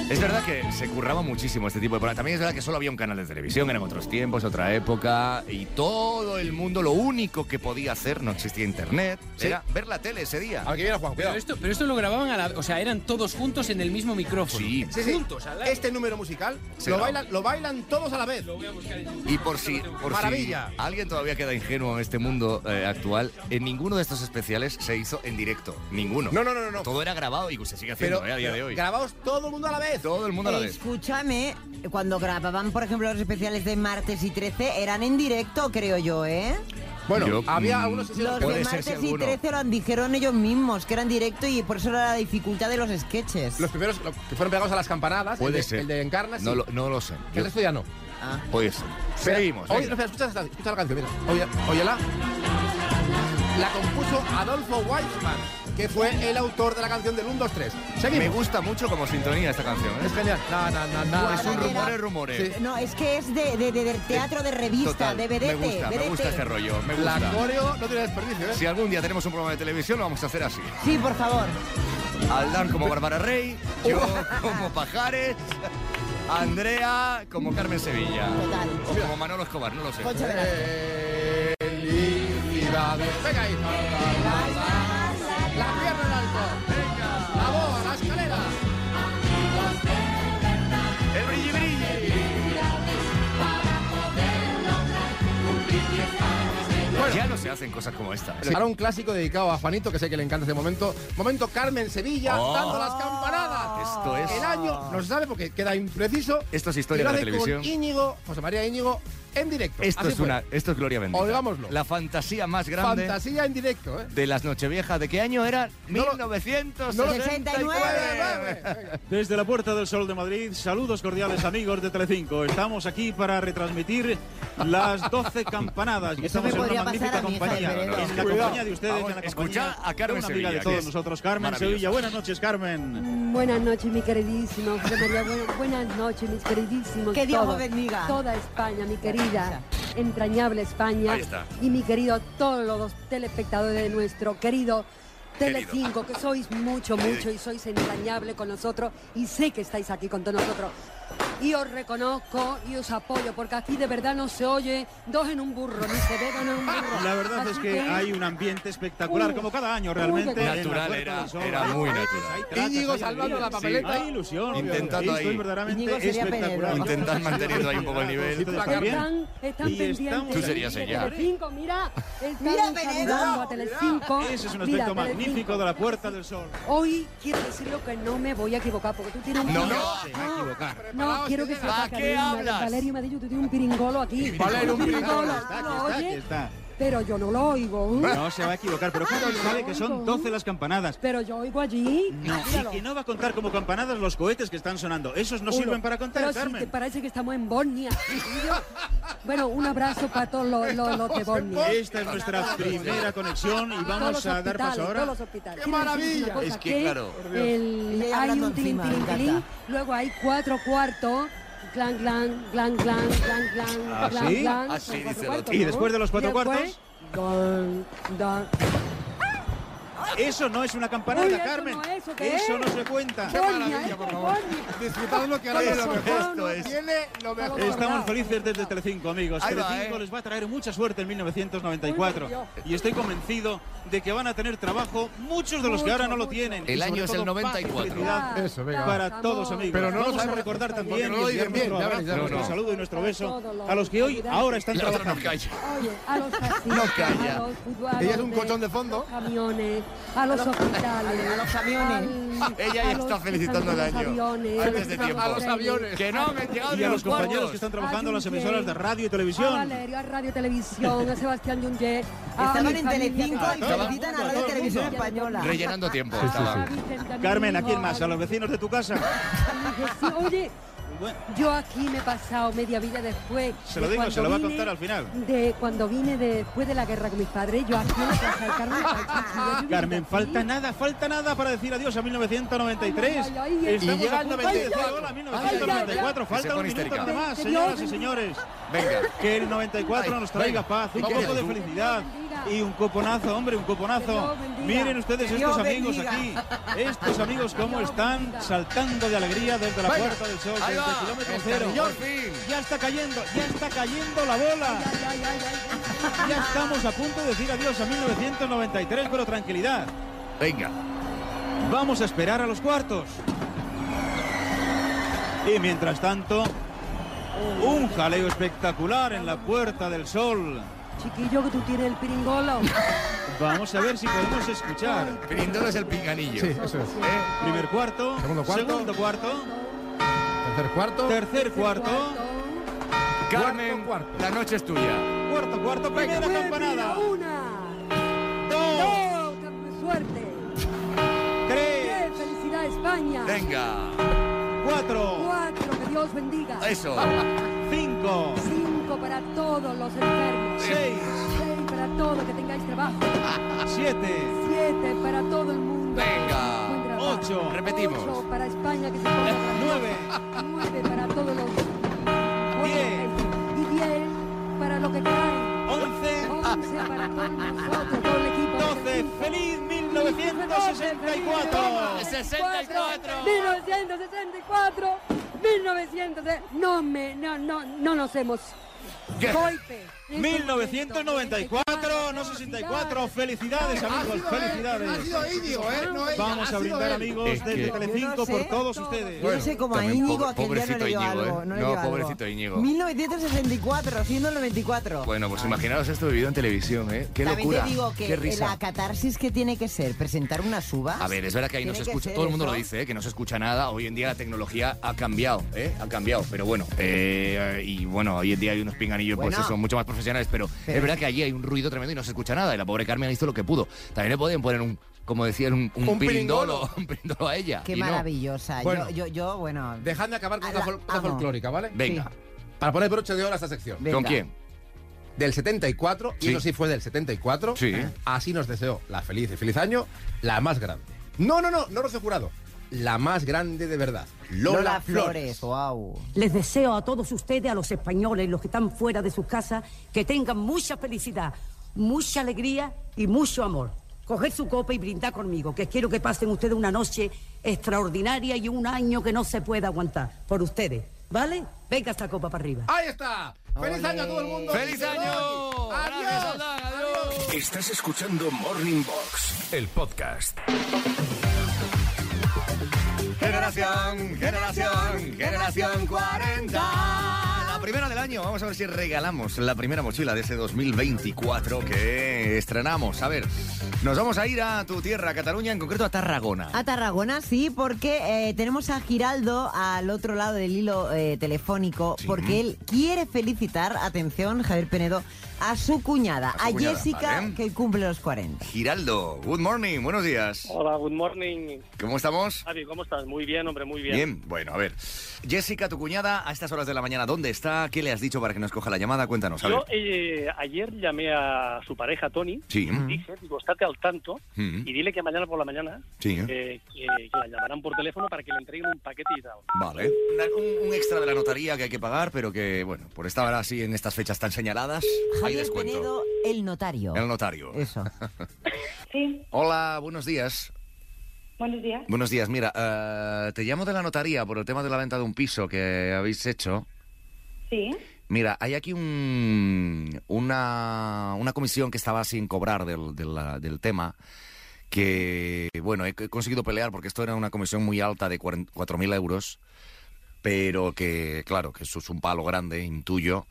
Speaker 3: Es verdad que se curraba muchísimo este tipo de programas. También es verdad que solo había un canal de televisión, eran otros tiempos, otra época, y todo el mundo lo único que podía hacer, no existía internet,
Speaker 8: Sí.
Speaker 3: era ver la tele ese día.
Speaker 8: A ver, que viene Juan. Cuidado.
Speaker 5: Pero esto, pero esto lo grababan a la. O sea, eran todos juntos en el mismo micrófono.
Speaker 3: Sí.
Speaker 8: Sí, sí.
Speaker 5: Juntos, al aire.
Speaker 8: Este número musical
Speaker 3: Se
Speaker 8: lo
Speaker 3: graba.
Speaker 8: bailan, lo bailan todos a la vez.
Speaker 5: Lo voy a buscar en YouTube.
Speaker 3: Y por si, por si
Speaker 8: Maravilla.
Speaker 3: alguien todavía queda ingenuo en este mundo eh, actual, en ninguno de estos especiales se hizo en directo. Ninguno.
Speaker 8: No, no, no, no, no.
Speaker 3: Todo era grabado y se sigue haciendo
Speaker 8: Pero
Speaker 3: eh, a día de hoy.
Speaker 8: grabados todo el mundo a la vez.
Speaker 3: Todo el mundo a la vez.
Speaker 4: Escúchame, cuando grababan, por ejemplo, los especiales de martes y 13, eran en directo, creo yo, ¿eh?
Speaker 8: Bueno,
Speaker 3: Yo,
Speaker 8: había
Speaker 3: mm,
Speaker 8: algunos que sí
Speaker 4: Los
Speaker 3: Puede
Speaker 4: de
Speaker 3: ser,
Speaker 4: martes
Speaker 3: sí,
Speaker 4: y
Speaker 3: alguno.
Speaker 4: 13 lo dijeron ellos mismos, que eran directo y por eso era la dificultad de los sketches.
Speaker 8: los primeros lo- que fueron pegados a las campanadas. el
Speaker 3: Puede
Speaker 8: de-
Speaker 3: ser.
Speaker 8: El de Encarna, sí.
Speaker 3: No lo, no lo sé. Yo-
Speaker 8: El resto ya no.
Speaker 4: Ah.
Speaker 3: puede ser.
Speaker 8: Espera,
Speaker 3: Seguimos.
Speaker 8: Oye,
Speaker 3: venga.
Speaker 8: no, espera, escucha, esta- escucha la canción, mira. Oye, óyela. La compuso Adolfo Weitzman, que fue el autor de la canción del 1, 2, 3. Seguimos.
Speaker 3: Me gusta mucho como sintonía esta canción. ¿eh?
Speaker 8: Es genial. Na, na, na, na,
Speaker 3: Es
Speaker 8: na, na,
Speaker 3: un
Speaker 8: na.
Speaker 3: rumore, rumore.
Speaker 8: Sí.
Speaker 4: No, es que es de, de- de- de teatro de revista,
Speaker 3: Total,
Speaker 4: de vedete.
Speaker 3: me gusta, me
Speaker 4: vedete.
Speaker 3: gusta este rollo, me gusta.
Speaker 8: La coreo no tiene desperdicio, ¿eh?
Speaker 3: Si algún día tenemos un programa de televisión, lo vamos a hacer así.
Speaker 4: Sí, por favor.
Speaker 3: Aldán como Bárbara Rey, yo como Pajares, Andrea como Carmen Sevilla. O como Manolo Escobar, no lo sé.
Speaker 8: Concha Felicidades. Venga ahí. La pierna en alto. Venga. La boa, la escalera.
Speaker 3: El brilli brilli. ya no se hacen cosas como esta.
Speaker 8: Ahora un clásico dedicado a Juanito, que sé que le encanta este momento. Momento Carmen Sevilla,
Speaker 3: Oh.
Speaker 8: dando las campanadas.
Speaker 3: Esto es-
Speaker 8: El año no se sabe porque queda impreciso.
Speaker 7: Esto es historia
Speaker 8: Y lo
Speaker 7: de la
Speaker 8: hace con
Speaker 7: televisión.
Speaker 8: Íñigo, José María Íñigo, en directo.
Speaker 7: Esto
Speaker 8: Así
Speaker 7: es,
Speaker 8: fue.
Speaker 7: una, esto es gloria bendita.
Speaker 8: Oigámoslo.
Speaker 7: La fantasía más grande
Speaker 8: Fantasía en directo, ¿eh?
Speaker 7: de las Nocheviejas. ¿De qué año era?
Speaker 8: No lo-
Speaker 7: 1969.
Speaker 11: Desde la Puerta del Sol de Madrid, saludos cordiales amigos de Telecinco. Estamos aquí para retransmitir las 12 campanadas. Y
Speaker 7: Eso
Speaker 11: estamos
Speaker 7: me
Speaker 11: en
Speaker 7: podría
Speaker 11: una
Speaker 7: pasar
Speaker 11: magnífica
Speaker 7: a mi hija
Speaker 11: compañía.
Speaker 7: de Peredo.
Speaker 11: En la
Speaker 7: Cuidado.
Speaker 11: compañía de ustedes,
Speaker 7: Vamos,
Speaker 11: en la
Speaker 7: escuchá
Speaker 11: compañía
Speaker 7: a Carmen
Speaker 11: de una
Speaker 7: Sevilla,
Speaker 11: amiga de
Speaker 7: que
Speaker 11: todos
Speaker 7: es
Speaker 11: nosotros, Carmen
Speaker 7: maravillosa.
Speaker 11: Sevilla. Buenas noches, Carmen.
Speaker 12: Buenas noches, mi queridísimo José María. Buena- buenas noches, mis queridísimos.
Speaker 4: Que Dios
Speaker 12: todos.
Speaker 4: os bendiga.
Speaker 12: Toda España, mi querida, entrañable España.
Speaker 4: Ahí está.
Speaker 12: Y mi querido, todos los telespectadores de nuestro querido
Speaker 13: Querido.
Speaker 12: Telecinco, que sois mucho,
Speaker 13: Querido.
Speaker 12: mucho y sois entrañable con nosotros y sé que estáis aquí con todos nosotros. Y os reconozco y os apoyo, porque aquí de verdad no se oye dos en un burro, ni se ve dos en un burro.
Speaker 11: La verdad es
Speaker 12: Así
Speaker 11: que hay un ambiente espectacular,
Speaker 12: Uh,
Speaker 11: como cada año
Speaker 12: uh,
Speaker 11: realmente.
Speaker 12: qué
Speaker 11: en la
Speaker 12: Natural
Speaker 11: Puerta
Speaker 7: era-
Speaker 11: del Sol.
Speaker 7: era muy natural.
Speaker 11: Hay tratos,
Speaker 8: Íñigo
Speaker 11: hay
Speaker 8: salvando
Speaker 11: alegrías,
Speaker 8: la papeleta.
Speaker 11: Hay ilusión.
Speaker 7: Intentando
Speaker 11: Esto
Speaker 7: ahí.
Speaker 11: es verdaderamente
Speaker 7: Íñigo sería
Speaker 11: espectacular.
Speaker 7: Pedro. Intentan manteniendo ahí un poco el nivel.
Speaker 11: Ustedes
Speaker 7: Están-
Speaker 11: también.
Speaker 12: Están, están
Speaker 11: Y
Speaker 12: pendientes.
Speaker 11: estamos- Tú serías ella.
Speaker 12: Telecinco, mira, están
Speaker 13: Mira,
Speaker 12: saludando a Telecinco.
Speaker 11: Ese es un
Speaker 12: Mira, Telecinco.
Speaker 11: aspecto magnífico de la Puerta del Sol.
Speaker 12: Hoy quiero decirlo que no me voy a equivocar porque tú tienes un
Speaker 11: No, no,
Speaker 3: Ah,
Speaker 12: piringolo.
Speaker 11: se va a equivocar.
Speaker 12: No,
Speaker 11: Preparaos,
Speaker 12: quiero que
Speaker 11: que
Speaker 12: sepas,
Speaker 11: llega. ¿A qué
Speaker 12: Valerio,
Speaker 11: hablas?
Speaker 12: Valerio me ha dicho tú tienes un piringolo aquí.
Speaker 11: Valerio, un piringolo.
Speaker 12: Tú lo
Speaker 11: Aquí está, aquí
Speaker 12: oyes,
Speaker 11: está.
Speaker 12: Pero yo no lo oigo.
Speaker 11: No se va a equivocar, pero ¿cómo sabe que son 12 las campanadas?
Speaker 12: Pero yo oigo allí.
Speaker 11: No, y que no va a contar como campanadas los cohetes que están sonando. Esos no
Speaker 12: Uno.
Speaker 11: sirven para contar,
Speaker 12: Pero
Speaker 11: Carmen.
Speaker 12: Si te parece que estamos en Bosnia. Y yo- Bueno, un abrazo para todos los, los- los de Bosnia.
Speaker 11: Esta es nuestra primera conexión y
Speaker 12: Todos los
Speaker 11: vamos a dar paso
Speaker 12: hospitales,
Speaker 11: ahora.
Speaker 12: todos los hospitales.
Speaker 13: ¡Qué
Speaker 12: Quiero decirte
Speaker 13: maravilla!
Speaker 12: una cosa,
Speaker 11: Es que, claro. Por Dios.
Speaker 12: el-
Speaker 13: Y
Speaker 12: hay
Speaker 13: hablando
Speaker 12: un tilín,
Speaker 13: encima,
Speaker 12: tilín,
Speaker 13: me
Speaker 12: tilín,
Speaker 13: encanta.
Speaker 12: luego hay cuatro cuartos, clan, clan, clan, clan, clan, clan,
Speaker 11: ¿Ah,
Speaker 12: clan,
Speaker 11: sí?
Speaker 12: clan,
Speaker 11: Así
Speaker 12: son cuatro
Speaker 11: dice el
Speaker 12: cuartos,
Speaker 11: otro. ¿Y después de los cuatro
Speaker 12: Después,
Speaker 11: cuartos?
Speaker 12: don, don.
Speaker 11: Eso no es una campanada,
Speaker 12: Uy, eso
Speaker 11: Carmen.
Speaker 12: no, ¿eso qué
Speaker 11: Eso
Speaker 12: es?
Speaker 11: no se cuenta.
Speaker 12: Qué Bosnia, maravilla, por favor.
Speaker 8: Disfrutad lo que ahora viene lo
Speaker 11: Eso,
Speaker 8: mejor.
Speaker 11: esto es.
Speaker 8: Viene lo mejor.
Speaker 11: Estamos felices desde Telecinco, amigos.
Speaker 8: Ahí va,
Speaker 11: Telecinco
Speaker 8: eh.
Speaker 11: les va a traer mucha suerte en 1994
Speaker 8: Uy, Dios.
Speaker 11: y estoy convencido de que van a tener trabajo muchos de los
Speaker 8: Mucho,
Speaker 11: que ahora no lo
Speaker 8: mucho.
Speaker 11: tienen.
Speaker 8: El
Speaker 11: Y
Speaker 8: año
Speaker 11: sobre
Speaker 8: es el
Speaker 11: todo, paz y
Speaker 8: 94.
Speaker 11: felicidad
Speaker 8: Eso, venga.
Speaker 11: Para
Speaker 8: Vamos.
Speaker 11: todos, amigos.
Speaker 8: Pero no lo
Speaker 11: Vamos a
Speaker 8: sabemos
Speaker 11: recordar
Speaker 8: porque
Speaker 11: también
Speaker 8: no lo
Speaker 11: y
Speaker 8: dicen
Speaker 11: enviar
Speaker 8: bien,
Speaker 11: nuestro
Speaker 8: ya
Speaker 11: abrazo,
Speaker 8: verás, ya verás.
Speaker 11: nuestro saludo y nuestro beso a los que hoy
Speaker 12: ayudantes.
Speaker 11: ahora están
Speaker 12: La otra no
Speaker 11: trabajando.
Speaker 12: Oye, a los casinos,
Speaker 11: No calla.
Speaker 12: a los futbolistas,
Speaker 11: Ella es un colchón
Speaker 12: de fondo. A los camiones, a los hospitales,
Speaker 11: a los camiones.
Speaker 12: al-
Speaker 7: Ella
Speaker 12: a
Speaker 7: ya
Speaker 12: los
Speaker 7: está
Speaker 12: que
Speaker 7: felicitando el
Speaker 12: están con
Speaker 7: año.
Speaker 12: los aviones,
Speaker 7: Antes de tiempo. Que
Speaker 3: Ah.
Speaker 7: no me han llegado
Speaker 11: Y
Speaker 7: ni
Speaker 11: a
Speaker 7: los
Speaker 11: los compañeros
Speaker 7: cuartos.
Speaker 11: que están trabajando en las
Speaker 12: Ayuntamiento.
Speaker 11: emisoras de radio y
Speaker 12: A
Speaker 11: televisión.
Speaker 12: Valerio, a Radio Televisión, a Sebastián Yungué. a
Speaker 4: Estaban
Speaker 12: Ah, mi
Speaker 4: en
Speaker 12: familia
Speaker 4: Telecinco
Speaker 12: que
Speaker 4: y
Speaker 12: está-
Speaker 4: felicitan a Radio Televisión Española.
Speaker 7: Rellenando tiempo.
Speaker 12: Ah,
Speaker 7: estaba.
Speaker 11: Carmen, ¿a quién más? ¿A los vecinos de tu casa?
Speaker 12: Oye, yo aquí me he pasado media vida después.
Speaker 11: Se lo
Speaker 12: de
Speaker 11: digo, se
Speaker 12: cuando
Speaker 11: lo va a
Speaker 12: vine-
Speaker 11: contar al final.
Speaker 12: De cuando vine después de la guerra con mis padres, yo aquí en la casa de Carmen Pachuchillo, yo
Speaker 11: Carmen,
Speaker 12: vivo
Speaker 11: falta
Speaker 12: aquí.
Speaker 11: nada, falta nada para decir adiós a 1993.
Speaker 12: Ay, ay, ay,
Speaker 11: Estamos
Speaker 12: Y llega
Speaker 11: a
Speaker 12: el
Speaker 11: punto de
Speaker 12: 96.
Speaker 11: decir hola a 1994.
Speaker 7: Ay, ay, ay.
Speaker 11: Falta
Speaker 7: Se
Speaker 11: un
Speaker 7: pone
Speaker 11: minuto
Speaker 7: histérica.
Speaker 11: nada más,
Speaker 7: Te- te
Speaker 11: señoras
Speaker 7: dio-
Speaker 11: y señores.
Speaker 7: Venga.
Speaker 11: Que el 94 nos traiga paz, un
Speaker 7: ¿Qué
Speaker 11: poco de
Speaker 7: quieres?
Speaker 11: felicidad y un coponazo, hombre, un coponazo. Miren ustedes
Speaker 7: Que
Speaker 11: estos
Speaker 7: Dios
Speaker 11: amigos
Speaker 7: bendiga.
Speaker 11: aquí, estos amigos cómo están saltando de alegría desde la
Speaker 7: Venga.
Speaker 11: Puerta del Sol,
Speaker 7: Ahí
Speaker 11: desde
Speaker 7: va,
Speaker 11: el kilómetro
Speaker 7: el
Speaker 11: cero.
Speaker 7: carrillón.
Speaker 11: Ya está cayendo, ya está cayendo la bola. Ya estamos a punto de decir adiós a 1993, pero tranquilidad. Venga. Vamos a esperar a los cuartos. Y mientras tanto, un jaleo espectacular en la Puerta del Sol.
Speaker 12: Chiquillo, que tú tienes el piringolo.
Speaker 11: Vamos a ver si podemos escuchar. Brindolo es el pinganillo.
Speaker 8: Sí, eso es.
Speaker 11: Primer cuarto.
Speaker 8: Segundo cuarto.
Speaker 11: Segundo cuarto.
Speaker 8: Tercer cuarto.
Speaker 11: Tercer cuarto.
Speaker 7: Carmen, la noche es tuya.
Speaker 11: Cuarto cuarto. Primera
Speaker 12: Pues
Speaker 11: campanada.
Speaker 12: mira, Una. Dos. qué Suerte.
Speaker 11: Tres.
Speaker 12: Bien, Felicidad España.
Speaker 7: Venga.
Speaker 11: Cuatro.
Speaker 12: Cuatro. Que Dios bendiga.
Speaker 7: Eso.
Speaker 11: Cinco.
Speaker 12: Cinco para todos los enfermos.
Speaker 11: Seis.
Speaker 12: Seis para todos que tengáis trabajo.
Speaker 11: Siete.
Speaker 12: Siete para todo el mundo.
Speaker 7: Venga. Ocho. Repetimos.
Speaker 12: Ocho para España que se ponga
Speaker 11: Nueve.
Speaker 12: Nueve para todos los. Diez. Y diez para lo que cae.
Speaker 11: Once.
Speaker 12: Once para todos nosotros, todo el equipo.
Speaker 11: Doce. Feliz 1964.
Speaker 12: 1964. 1900, eh, no me, no, no, no nos hemos.
Speaker 11: Yeah.
Speaker 12: Golpe.
Speaker 11: 1994, no 64. Felicidades, amigos. Felicidades.
Speaker 8: Ha sido Íñigo, ¿eh? No ella, ha
Speaker 11: Vamos a
Speaker 8: sido
Speaker 11: brindar,
Speaker 8: él.
Speaker 11: amigos,
Speaker 3: Es que-
Speaker 11: desde
Speaker 4: Yo no
Speaker 11: Telecinco
Speaker 4: sé.
Speaker 11: por todos ustedes.
Speaker 4: Yo no sé cómo a
Speaker 3: también
Speaker 4: Íñigo
Speaker 3: pobre-
Speaker 4: aquel día no
Speaker 3: pobrecito
Speaker 4: le dio
Speaker 3: Íñigo,
Speaker 4: algo.
Speaker 3: ¿eh?
Speaker 4: No, le
Speaker 3: No,
Speaker 4: dio algo.
Speaker 3: pobrecito Íñigo.
Speaker 4: 1964, siendo el 94.
Speaker 3: Bueno, pues imaginaos esto vivido en televisión, ¿eh? Qué
Speaker 4: También
Speaker 3: locura.
Speaker 4: te digo que
Speaker 3: Qué risa.
Speaker 4: la catarsis que tiene que ser presentar unas uvas.
Speaker 3: A ver, es verdad que ahí no
Speaker 4: tiene
Speaker 3: se
Speaker 4: que
Speaker 3: escucha,
Speaker 4: ser
Speaker 3: todo el mundo
Speaker 4: eso.
Speaker 3: lo dice, ¿eh? que no se escucha nada. Hoy en día la tecnología ha cambiado, ¿eh? ha cambiado, pero bueno. eh, y bueno, hoy en día hay unos pinganillos, pues
Speaker 4: Bueno.
Speaker 3: eso, mucho más profesionales, pero,
Speaker 4: Pero-
Speaker 3: es verdad que allí hay un ruido tremendo y no se escucha nada. Y la pobre Carmen hizo lo que pudo. También le podían poner un, como decían, un, un,
Speaker 8: Un
Speaker 3: pirindolo, un pirindolo a ella.
Speaker 4: Qué
Speaker 3: y no.
Speaker 4: maravillosa.
Speaker 8: Bueno.
Speaker 4: Yo, yo, yo, bueno.
Speaker 8: Dejadme acabar con
Speaker 4: Ah,
Speaker 8: una
Speaker 4: la
Speaker 8: fol- una
Speaker 4: amo.
Speaker 8: folclórica, ¿vale?
Speaker 3: Venga,
Speaker 8: Para poner broche de oro a esta sección.
Speaker 4: venga.
Speaker 3: ¿con quién?
Speaker 8: Del 74,
Speaker 3: Sí.
Speaker 8: y eso sí fue del 74.
Speaker 3: Sí.
Speaker 8: Así nos deseó la feliz y feliz año, la más grande. No, no, no, no Rocío Jurado. La más grande de verdad. Lola,
Speaker 4: Lola
Speaker 8: Flores.
Speaker 4: Flores, wow.
Speaker 13: Les deseo a todos ustedes, a los españoles, los que están fuera de sus casas, que tengan mucha felicidad, mucha alegría y mucho amor. Coger su copa y brindar conmigo, que quiero que pasen ustedes una noche extraordinaria y un año que no se puede aguantar por ustedes. ¿Vale? Venga esta copa para arriba.
Speaker 8: Ahí está. ¡Feliz año a todo el mundo!
Speaker 3: ¡Feliz año! Gracias,
Speaker 8: ¡Adiós!
Speaker 3: Aldán, ¡Adiós!
Speaker 1: Estás escuchando Morning Box, el podcast.
Speaker 14: Generación, generación, generación 40. La primera del año. Vamos a ver si regalamos la primera mochila de ese 2024 que estrenamos. A ver, nos vamos a ir a tu tierra, a Cataluña, en concreto a Tarragona.
Speaker 4: A Tarragona, sí, porque eh, tenemos a Giraldo al otro lado del hilo eh, telefónico, porque él quiere felicitar, atención, Javier Penedo, a su cuñada,
Speaker 14: A
Speaker 4: a,
Speaker 14: su cuñada,
Speaker 4: Jessica,
Speaker 14: vale.
Speaker 4: que cumple los 40.
Speaker 14: Giraldo, good morning, buenos días.
Speaker 15: Hola, good morning.
Speaker 14: ¿Cómo estamos?
Speaker 15: Javi, ¿cómo estás? Muy bien, hombre, muy bien.
Speaker 14: bueno, a ver. Jessica, tu cuñada, a estas horas de la mañana, ¿dónde está? ¿Qué le has dicho para que nos coja la llamada? Cuéntanos, a ver.
Speaker 15: Yo eh, ayer llamé a su pareja, Tony,
Speaker 14: Sí.
Speaker 15: y dije, digo, estate al tanto
Speaker 14: Mm.
Speaker 15: y dile que mañana por la mañana
Speaker 14: Sí.
Speaker 15: eh, que, que la llamarán por teléfono para que le entreguen un paquete y tal.
Speaker 14: Vale. Una- un, un extra de la notaría que hay que pagar, pero que, bueno, por estar ahora así en estas fechas tan señaladas, hay
Speaker 4: Javier
Speaker 14: descuento.
Speaker 4: Penedo, el notario.
Speaker 14: El notario.
Speaker 4: Eso.
Speaker 16: Sí,
Speaker 14: Hola, buenos días.
Speaker 16: buenos días.
Speaker 3: Buenos días, mira, eh, te llamo de la notaría por el tema de la venta de un piso que habéis hecho.
Speaker 16: Sí,
Speaker 3: Mira, hay aquí un, una, una comisión que estaba sin cobrar del, del, ah, del tema, que, bueno, he he conseguido pelear porque esto era una comisión muy alta de 40 4.000 euros, pero que, claro, que eso es un palo grande, intuyo.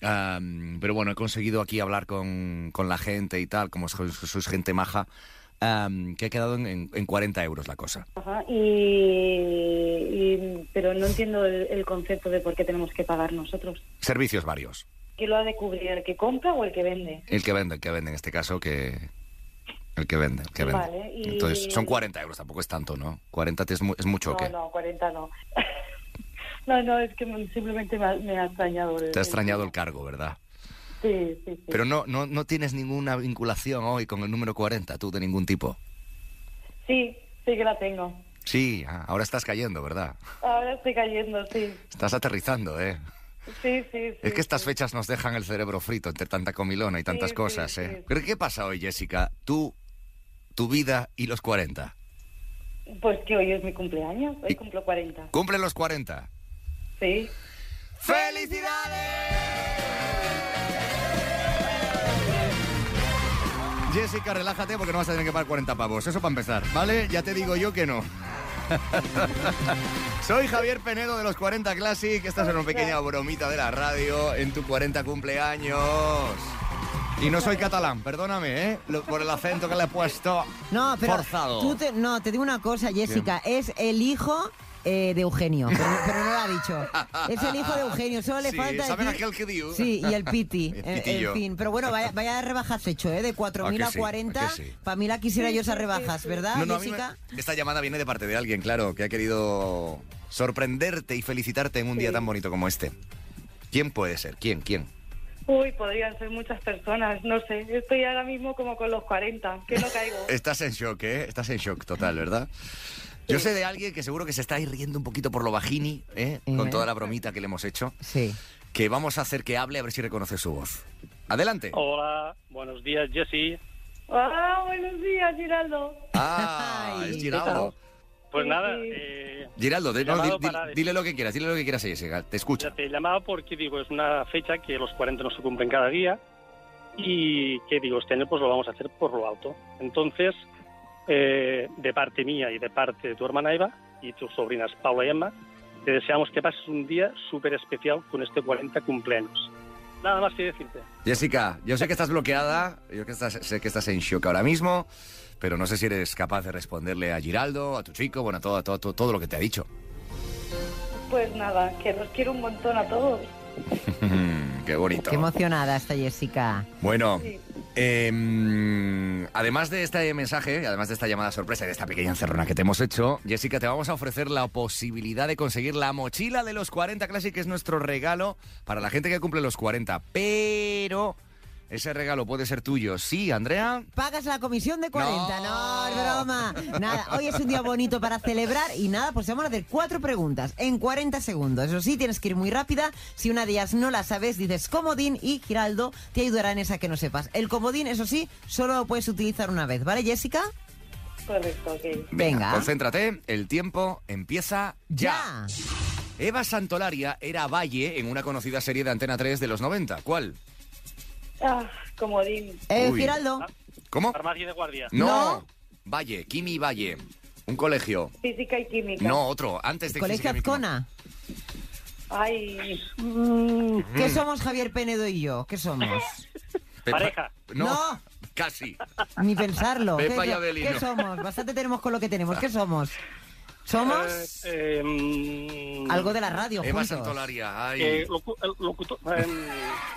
Speaker 3: Am, pero bueno, he conseguido aquí hablar con, con la gente y tal, como sois, sois gente maja, am, que ha quedado en- en, en 40 euros la cosa.
Speaker 16: ajá. Y, y- pero no entiendo el, el concepto de por qué tenemos que pagar nosotros.
Speaker 3: Servicios varios.
Speaker 16: ¿Quién lo ha de cubrir? ¿El que compra o el que vende?
Speaker 3: El que vende, el que vende en este caso, que. El que vende, el que vende.
Speaker 16: Vale, y-
Speaker 3: Entonces, son 40 euros, tampoco es tanto, ¿no? 40 te es, mu- es mucho, ¿o
Speaker 16: no,
Speaker 3: qué?
Speaker 16: no, 40 no. no, no, es que simplemente me ha, me ha extrañado. el-
Speaker 3: Te ha extrañado el cargo, ¿verdad?
Speaker 16: Sí, sí, sí.
Speaker 3: Pero no, no, no tienes ninguna vinculación hoy con el número 40, tú, de ningún tipo.
Speaker 16: Sí, sí que la tengo.
Speaker 3: Sí, ah, ahora estás cayendo, ¿verdad?
Speaker 16: Ahora estoy cayendo, sí.
Speaker 3: Estás aterrizando, ¿eh?
Speaker 16: Sí, sí, sí.
Speaker 3: Es que estas fechas nos dejan el cerebro frito entre tanta comilona y tantas
Speaker 16: sí,
Speaker 3: cosas, ¿eh? Pero ¿Qué pasa hoy, Jessica? Tú, tu vida y los 40.
Speaker 16: Pues que hoy es mi cumpleaños, hoy cumplo 40.
Speaker 3: ¿Cumple los 40?
Speaker 16: Sí.
Speaker 14: ¡Felicidades! Jessica, relájate porque no vas a tener que pagar 40 pavos. Eso para empezar, ¿vale? Ya te digo yo que no. Soy Javier Penedo de los 40 Classic. Esta es una pequeña bromita de la radio en tu 40 cumpleaños. Y no soy catalán, perdóname, ¿eh? Lo- por el acento que le he puesto.
Speaker 4: No, pero
Speaker 14: Forzado.
Speaker 4: tú te, no, te digo una cosa, Jessica, es el hijo eh, de Eugenio, pero, pero no lo ha dicho. Es el hijo de Eugenio, solo le
Speaker 14: Sí,
Speaker 4: falta
Speaker 14: ¿saben
Speaker 4: decir-
Speaker 14: aquel que dio?
Speaker 4: Sí, y el piti,
Speaker 14: El
Speaker 4: eh, en
Speaker 14: pitillo.
Speaker 4: fin. Pero bueno, vaya, vaya rebajas hecho, ¿eh? De 4.000
Speaker 14: ¿A
Speaker 4: a,
Speaker 14: que sí? ¿A
Speaker 4: 40,
Speaker 14: que sí?
Speaker 4: para mí la quisiera yo esas rebajas, ¿verdad,
Speaker 3: No, no, a mí me-
Speaker 4: Ah, Jessica?
Speaker 3: Esta llamada viene de parte de alguien, claro, que ha querido sorprenderte y felicitarte en un día tan bonito como este. ¿Quién puede ser? ¿Quién? ¿Quién?
Speaker 16: Uy, podrían ser muchas personas, no sé. Estoy ahora mismo como con los 40, que no caigo.
Speaker 3: Estás en shock, ¿eh? Estás en shock total, ¿verdad? Yo sé de alguien que seguro que se está ahí riendo un poquito por lo bajini, ¿eh? Con
Speaker 4: Ujú.
Speaker 3: toda la bromita que le hemos hecho.
Speaker 4: Sí.
Speaker 3: Que vamos a hacer que hable a ver si reconoce su voz. Adelante.
Speaker 4: Oh.
Speaker 15: Hola, buenos días, Jessy.
Speaker 16: Ah, buenos días, Giraldo.
Speaker 3: Ah,
Speaker 16: Ay,
Speaker 3: es Giraldo.
Speaker 15: Pues Pues
Speaker 16: Sí,
Speaker 15: nada,
Speaker 16: sí.
Speaker 15: eh,
Speaker 3: Giraldo, de- no,
Speaker 15: llamado
Speaker 3: di- di-
Speaker 15: para-
Speaker 3: dile lo que quieras, dile lo que quieras a Jessica, te escucho.
Speaker 15: Ya te he llamado porque digo, es una fecha que los 40 no se cumplen cada día y que digo, este año pues lo vamos a hacer por lo alto. Entonces, eh, de parte mía y de parte de tu hermana Eva y tus sobrinas Paula y Emma, te deseamos que pases un día súper especial con este 40 cumpleaños. Nada más que decirte.
Speaker 3: Jessica, yo sé que estás bloqueada, yo que estás- sé que estás en shock ahora mismo, pero no sé si eres capaz de responderle a Giraldo, a tu chico, bueno, a todo, a todo, todo, todo lo que te ha dicho.
Speaker 16: Pues nada, que los quiero un montón a todos.
Speaker 3: Qué bonito.
Speaker 4: Qué emocionada está Jessica.
Speaker 3: Bueno, em, además de este mensaje, y además de esta llamada sorpresa y de esta pequeña encerrona que te hemos hecho, Jessica, te vamos a ofrecer la posibilidad de conseguir la mochila de los 40 Classic, que es nuestro regalo para la gente que cumple los 40. Pero ese regalo puede ser tuyo, ¿sí, Andrea?
Speaker 4: Pagas la comisión de 40, no, es broma. Nada, hoy es un día bonito para celebrar y nada, pues te vamos a hacer cuatro preguntas en 40 segundos. Eso sí, tienes que ir muy rápida. Si una de ellas no la sabes, dices comodín y Giraldo te ayudará en esa que no sepas. El comodín, eso sí, solo lo puedes utilizar una vez, ¿vale, Jessica?
Speaker 16: Correcto, ok.
Speaker 4: Venga.
Speaker 3: Concéntrate, el tiempo empieza ya. Eva Santolaria era Valle en una conocida serie de Antena 3 de los 90. ¿Cuál?
Speaker 16: Ah, comodín.
Speaker 3: Eh, Uy. Giraldo. ¿Cómo?
Speaker 15: Farmacia de guardia.
Speaker 3: No. Valle, Kimi Valle. Un colegio.
Speaker 16: Física y química.
Speaker 3: No, otro. Antes de
Speaker 4: Colegio
Speaker 3: Física y
Speaker 4: Azcona.
Speaker 16: Ay,
Speaker 4: Mm, ¿Qué
Speaker 3: Mm.
Speaker 4: somos Javier Penedo y yo? ¿Qué somos?
Speaker 3: Pepa-
Speaker 4: Pareja.
Speaker 3: No.
Speaker 4: No.
Speaker 3: Casi.
Speaker 4: Ni pensarlo.
Speaker 3: Pepa
Speaker 4: ¿Qué,
Speaker 3: y Abelino.
Speaker 4: qué somos? Bastante tenemos con lo que tenemos. ¿Qué somos? ¿Somos?
Speaker 15: Eh, em,
Speaker 4: Algo de la radio, Eva juntos.
Speaker 3: Santolaria, ay.
Speaker 15: Eh, locu- el locutor- em,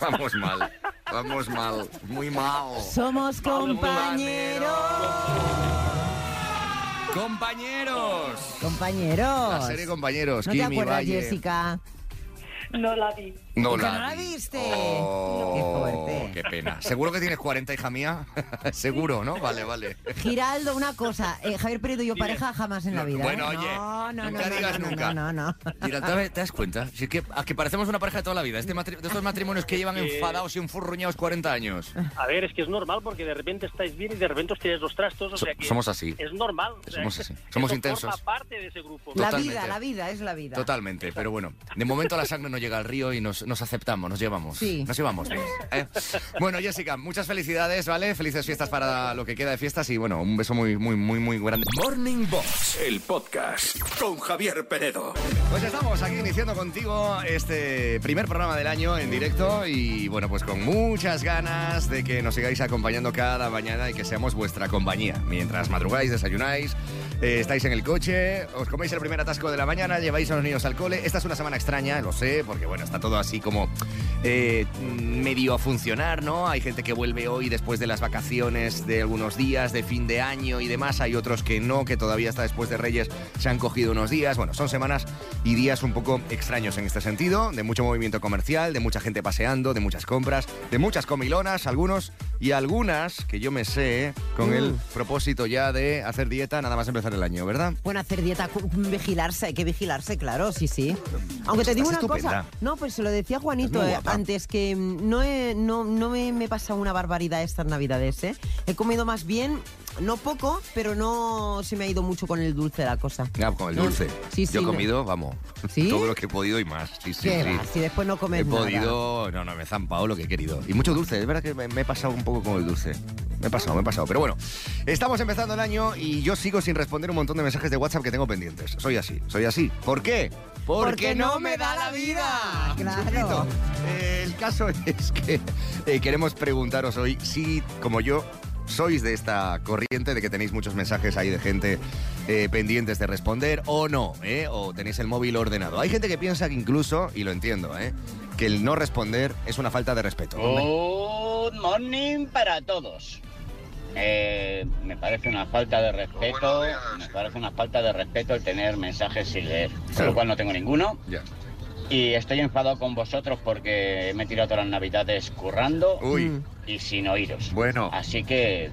Speaker 3: Vamos mal. Vamos mal. Muy mal.
Speaker 4: Somos compañeros.
Speaker 3: Compañeros.
Speaker 4: Compañeros.
Speaker 3: La serie Compañeros.
Speaker 4: ¿No te
Speaker 3: Kimi
Speaker 4: acuerdas,
Speaker 3: Valle.
Speaker 4: Jessica?
Speaker 16: no la vi.
Speaker 3: No
Speaker 4: ¿Que
Speaker 3: la,
Speaker 4: no la
Speaker 3: vi.
Speaker 4: viste?
Speaker 3: Oh, qué pena. Seguro que tienes 40, hija mía. Seguro, ¿no? Vale, vale.
Speaker 4: Giraldo, una cosa. eh, Javier Peredo y yo pareja jamás en la vida.
Speaker 3: Bueno,
Speaker 4: ¿eh?
Speaker 3: oye,
Speaker 4: No, no,
Speaker 3: nunca
Speaker 4: no, no,
Speaker 3: digas
Speaker 4: no,
Speaker 3: nunca.
Speaker 4: No, no,
Speaker 3: Giraldo, ¿te das cuenta? Si es que, a que parecemos una pareja de toda la vida. Este matri- de estos matrimonios que llevan
Speaker 15: Eh.
Speaker 3: enfadados y enfurruñados 40 años.
Speaker 15: a ver, es que es normal porque de repente estáis bien y de repente os tiráis los trastos. O
Speaker 3: So-
Speaker 15: sea que
Speaker 3: somos así.
Speaker 15: Es normal. o sea,
Speaker 3: Somos así. Somos
Speaker 15: eso
Speaker 3: intensos.
Speaker 15: Forma parte de ese grupo.
Speaker 4: La
Speaker 3: Totalmente.
Speaker 4: vida, la vida es la vida.
Speaker 3: Totalmente, pero bueno, de momento la sangre no llega al río y nos, nos aceptamos, nos llevamos.
Speaker 4: Sí.
Speaker 3: Nos llevamos bien. ¿eh? Bueno, Jessica, muchas felicidades, ¿vale? Felices fiestas para lo que queda de fiestas y bueno, un beso muy, muy, muy, muy grande.
Speaker 1: Morning Box, el podcast con Javier Penedo.
Speaker 3: Pues estamos aquí iniciando contigo este primer programa del año en directo y bueno, pues con muchas ganas de que nos sigáis acompañando cada mañana y que seamos vuestra compañía. Mientras madrugáis, desayunáis, eh, estáis en el coche, os coméis el primer atasco de la mañana, lleváis a los niños al cole. Esta es una semana extraña, lo sé, porque bueno, está todo así como eh, medio a funcionar, ¿no? Hay gente que vuelve hoy después de las vacaciones de algunos días, de fin de año y demás. Hay otros que no, que todavía hasta después de Reyes se han cogido unos días. Bueno, son semanas y días un poco extraños en este sentido, de mucho movimiento comercial, de mucha gente paseando, de muchas compras, de muchas comilonas, algunos y algunas que yo me sé ¿eh? con
Speaker 4: Mm.
Speaker 3: el propósito ya de hacer dieta nada más empezar el año, ¿verdad?
Speaker 4: Bueno, hacer dieta, cu- vigilarse, hay que vigilarse, claro, sí, sí. Aunque te
Speaker 3: Estás
Speaker 4: digo una
Speaker 3: estupenda.
Speaker 4: cosa, no, pues se lo decía Juanito
Speaker 3: Estás muy
Speaker 4: eh,
Speaker 3: guapa.
Speaker 4: antes, que mm, no, he- no, no me, me pasa una barbaridad estas navidades, ¿eh? He comido más bien, no poco, pero no se me ha ido mucho con el dulce la cosa.
Speaker 3: Ah, con el
Speaker 4: No,
Speaker 3: dulce.
Speaker 4: Sí, sí.
Speaker 3: yo he
Speaker 4: no.
Speaker 3: comido, vamos,
Speaker 4: ¿Sí?
Speaker 3: todo lo que he podido y más. Sí, sí,
Speaker 4: ¿Qué
Speaker 3: sí.
Speaker 4: va? Si después no comes
Speaker 3: He
Speaker 4: nada.
Speaker 3: podido, no, no, me he zampado lo que he querido. Y mucho dulce, es verdad que me, me he pasado un poco con el dulce. Me he pasado, me he pasado. Pero bueno, estamos empezando el año y yo sigo sin responder un montón de mensajes de WhatsApp que tengo pendientes. Soy así, soy así. ¿Por qué?
Speaker 4: Porque no me da la vida. Claro.
Speaker 3: Eh, el caso es que eh, queremos preguntaros hoy si, como yo, sois de esta corriente de que tenéis muchos mensajes ahí de gente eh, pendientes de responder o no, ¿eh? o tenéis el móvil ordenado. Hay gente que piensa que incluso, y lo entiendo, ¿eh? que el no responder es una falta de respeto.
Speaker 15: Oh.
Speaker 17: Good morning para todos. Eh, me parece una falta de respeto, me parece una falta de respeto el tener mensajes sin leer, con lo cual no tengo ninguno.
Speaker 3: Ya.
Speaker 17: Y estoy enfadado con vosotros
Speaker 3: Uh.
Speaker 15: Mm.
Speaker 17: porque me he tirado todas las navidades currando y sin oíros.
Speaker 3: Bueno.
Speaker 17: Así que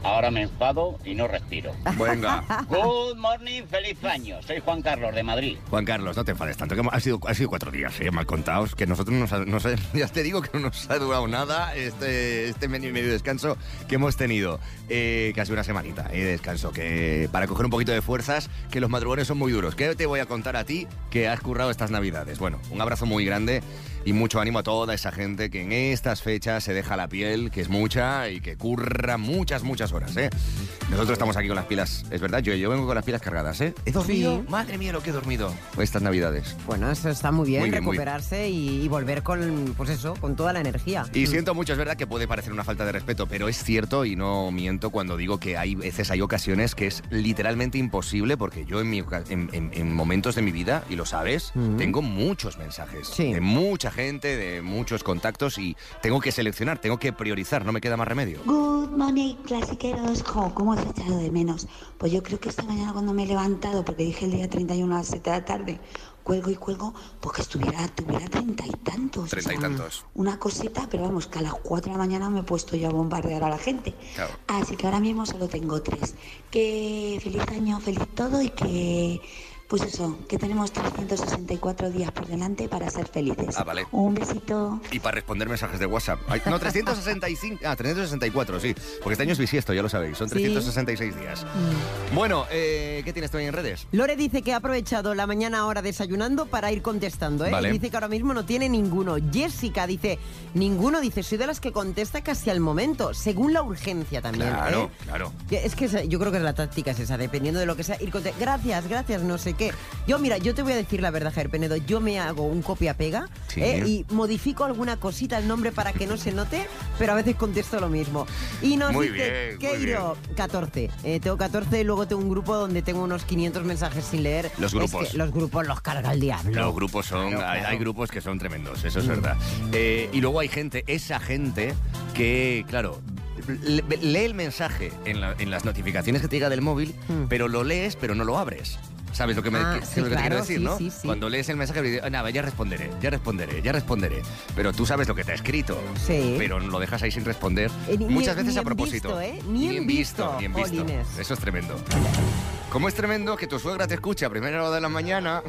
Speaker 17: Ahora me enfado y no respiro.
Speaker 3: Venga.
Speaker 17: Good morning, feliz año. Soy Juan Carlos de Madrid.
Speaker 3: Juan Carlos, no te enfades tanto, que ha sido, ha sido cuatro días, ¿eh? mal contados, que nosotros nos ha- nos ha- ya te digo que no nos ha durado nada este, este medio y medio descanso que hemos tenido, Eh, casi una semanita eh, de descanso, que para coger un poquito de fuerzas, que los madrugones son muy duros. ¿Qué te voy a contar a ti que has currado estas navidades? Bueno, un abrazo muy grande y mucho ánimo a toda esa gente que en estas fechas se deja la piel, que es mucha y que curra muchas, muchas horas, ¿eh? Nosotros estamos aquí con las pilas, es verdad, yo, yo vengo con las pilas cargadas, ¿eh? He dormido, madre mía lo que he dormido estas navidades.
Speaker 4: Bueno, eso está muy bien,
Speaker 3: Muy bien, muy bien.
Speaker 4: recuperarse Y, y volver con, pues eso, con toda la energía.
Speaker 3: Y siento mucho, es verdad que puede parecer una falta de respeto, pero es cierto y no miento cuando digo que hay veces, hay ocasiones que es literalmente imposible porque yo en, mi oca- en- en- en momentos de mi vida, y lo sabes, tengo muchos mensajes de mucha gente, de muchos contactos y tengo que seleccionar, tengo que priorizar, no me queda más remedio.
Speaker 18: Good morning, clasiqueros. Jo, ¿Cómo os he echado de menos? Pues yo creo que esta mañana cuando me he levantado, porque dije el día 31 a las 7 de la tarde, cuelgo y cuelgo, pues que estuviera, tuviera treinta y tantos.
Speaker 3: Treinta y
Speaker 18: O sea,
Speaker 3: tantos.
Speaker 18: Una cosita, pero vamos, que a las 4 de la mañana me he puesto yo a bombardear a la gente.
Speaker 3: Claro.
Speaker 18: Así que ahora mismo solo tengo tres. Que feliz año, feliz todo y que, pues eso, que tenemos 364 días por delante para ser felices.
Speaker 3: Ah, vale.
Speaker 18: Un besito.
Speaker 3: Y para responder mensajes de WhatsApp. Ay, no, 365. Ah, 364, sí. Porque este año es bisiesto, ya lo sabéis. Son
Speaker 4: Sí. Mm.
Speaker 3: 366 días. Bueno, eh, ¿qué tienes tú ahí en redes?
Speaker 4: Lore dice que ha aprovechado la mañana ahora desayunando para ir contestando, ¿eh?
Speaker 3: Vale.
Speaker 4: Y dice que ahora mismo no tiene ninguno. Jessica dice, ninguno, dice, soy de las que contesta casi al momento, según la urgencia también. ¿eh?
Speaker 3: claro.
Speaker 4: Que Es que esa- yo creo que la táctica es esa, dependiendo de lo que sea. Ir con te- gracias, gracias, no sé qué. Yo, mira, yo te voy a decir la verdad, Javier Penedo. Yo me hago un copia-pega
Speaker 3: Sí.
Speaker 4: ¿eh? y modifico alguna cosita el nombre para que no se note, pero a veces contesto lo mismo. Y nos
Speaker 3: Muy
Speaker 4: dice
Speaker 3: bien, muy
Speaker 4: Keiro, 14. Eh, tengo 14 y luego tengo un grupo donde tengo unos 500 mensajes sin leer.
Speaker 3: Los
Speaker 4: Es
Speaker 3: grupos.
Speaker 4: que los grupos los carga el diablo.
Speaker 3: Los grupos son.
Speaker 4: Claro,
Speaker 3: hay,
Speaker 4: claro.
Speaker 3: hay grupos que son tremendos, eso es verdad. Eh, y luego hay gente, esa gente que, claro. le- Lee el mensaje en, la- en las notificaciones que te llega del móvil, pero lo lees, pero no lo abres. ¿Sabes lo que, me,
Speaker 4: Mm. Ah,
Speaker 3: que-
Speaker 4: sí,
Speaker 3: que lo que te
Speaker 4: claro,
Speaker 3: quiero decir,
Speaker 4: sí,
Speaker 3: no?
Speaker 4: sí, sí.
Speaker 3: Cuando lees el mensaje, dices, "Ah, nada, ya responderé, ya responderé, ya responderé. Pero tú sabes lo que te ha escrito,
Speaker 4: Sí.
Speaker 3: pero lo dejas ahí sin responder.
Speaker 4: Eh, ni-
Speaker 3: Muchas
Speaker 4: ni-
Speaker 3: veces
Speaker 4: ni
Speaker 3: a
Speaker 4: en
Speaker 3: propósito.
Speaker 4: visto, ¿eh? Ni en visto,
Speaker 3: ni en visto.
Speaker 4: jolines.
Speaker 3: Eso es tremendo. ¿Cómo es tremendo que tu suegra te escucha a primera hora de la mañana?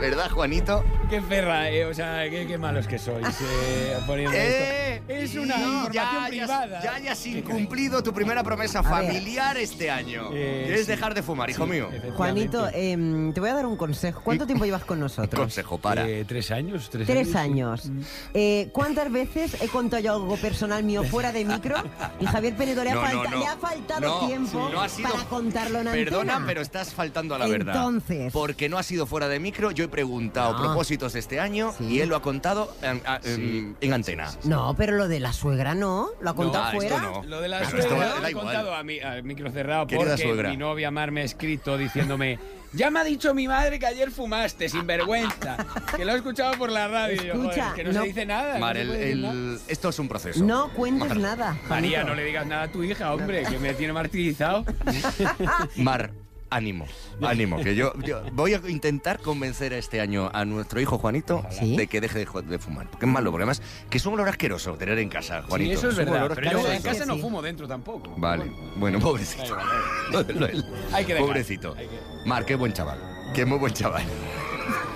Speaker 3: ¿Verdad, Juanito?
Speaker 5: Qué perra, eh, o sea, qué, qué malos que sois eh, poniendo
Speaker 3: Eh,
Speaker 5: esto. Es una
Speaker 3: y ya
Speaker 5: información
Speaker 3: hayas-
Speaker 5: privada. Eh,
Speaker 3: ya hayas incumplido tu primera promesa
Speaker 5: ver.
Speaker 3: familiar este año.
Speaker 5: Eh,
Speaker 3: Quieres
Speaker 5: sí.
Speaker 3: dejar de fumar, hijo
Speaker 5: Sí,
Speaker 3: mío.
Speaker 4: Juanito, em, te voy a dar un consejo. ¿Cuánto tiempo llevas con nosotros?
Speaker 3: Consejo para.
Speaker 5: Eh, ¿Tres años? ¿Tres,
Speaker 4: Tres
Speaker 5: años?
Speaker 4: años. Eh, ¿Cuántas veces he contado yo algo personal mío fuera de micro? Y Javier Penedo le ha,
Speaker 3: No, no,
Speaker 4: falta-
Speaker 3: no.
Speaker 4: le ha faltado
Speaker 3: No,
Speaker 4: tiempo
Speaker 3: no ha sido-
Speaker 4: para contarlo en
Speaker 3: Perdona,
Speaker 4: antena.
Speaker 3: pero estás faltando a la verdad.
Speaker 4: Entonces. Ah.
Speaker 3: Porque no ha sido fuera de micro. Yo he preguntado
Speaker 4: No.
Speaker 3: propósitos de este año y él lo ha contado en, a- en- en antena.
Speaker 4: No, pero lo de la suegra no. Lo ha contado
Speaker 3: ah, esto
Speaker 4: fuera.
Speaker 3: no.
Speaker 5: Lo de la
Speaker 3: Pero esto
Speaker 5: suegra
Speaker 3: da-
Speaker 5: lo
Speaker 3: da
Speaker 5: he
Speaker 3: igual.
Speaker 5: contado a mi, al micro cerrado
Speaker 3: Querida
Speaker 5: porque
Speaker 3: suegra.
Speaker 5: mi novia Mar me ha escrito diciéndome ya me ha dicho mi madre que ayer fumaste, sinvergüenza, que lo he escuchado por la radio. Y yo, joder,
Speaker 4: Escucha,
Speaker 5: que no,
Speaker 4: no-
Speaker 5: se dice nada. que
Speaker 3: Mar,
Speaker 5: no se
Speaker 3: el-
Speaker 5: puede decir
Speaker 3: el-
Speaker 5: nada.
Speaker 3: esto es un proceso.
Speaker 4: No cuentes
Speaker 3: Mar.
Speaker 4: nada.
Speaker 5: María,
Speaker 4: Juanito.
Speaker 5: no le digas nada a tu hija, hombre, que me tiene martirizado.
Speaker 3: Mar, ánimo, ánimo. Que yo, yo voy a intentar convencer a este año a nuestro hijo Juanito de que deje de, jo- de fumar. Porque es malo, porque además que es un olor asqueroso tener en casa, Juanito.
Speaker 5: Sí, eso es
Speaker 3: un
Speaker 5: verdad.
Speaker 3: olor
Speaker 5: Pero yo en
Speaker 3: asqueroso.
Speaker 5: casa no fumo dentro tampoco.
Speaker 3: Vale, bueno, pobrecito. Lo- lo-
Speaker 5: Hay que dejar,
Speaker 3: Pobrecito.
Speaker 5: hay que-
Speaker 3: Mar, qué buen chaval. Qué muy buen chaval.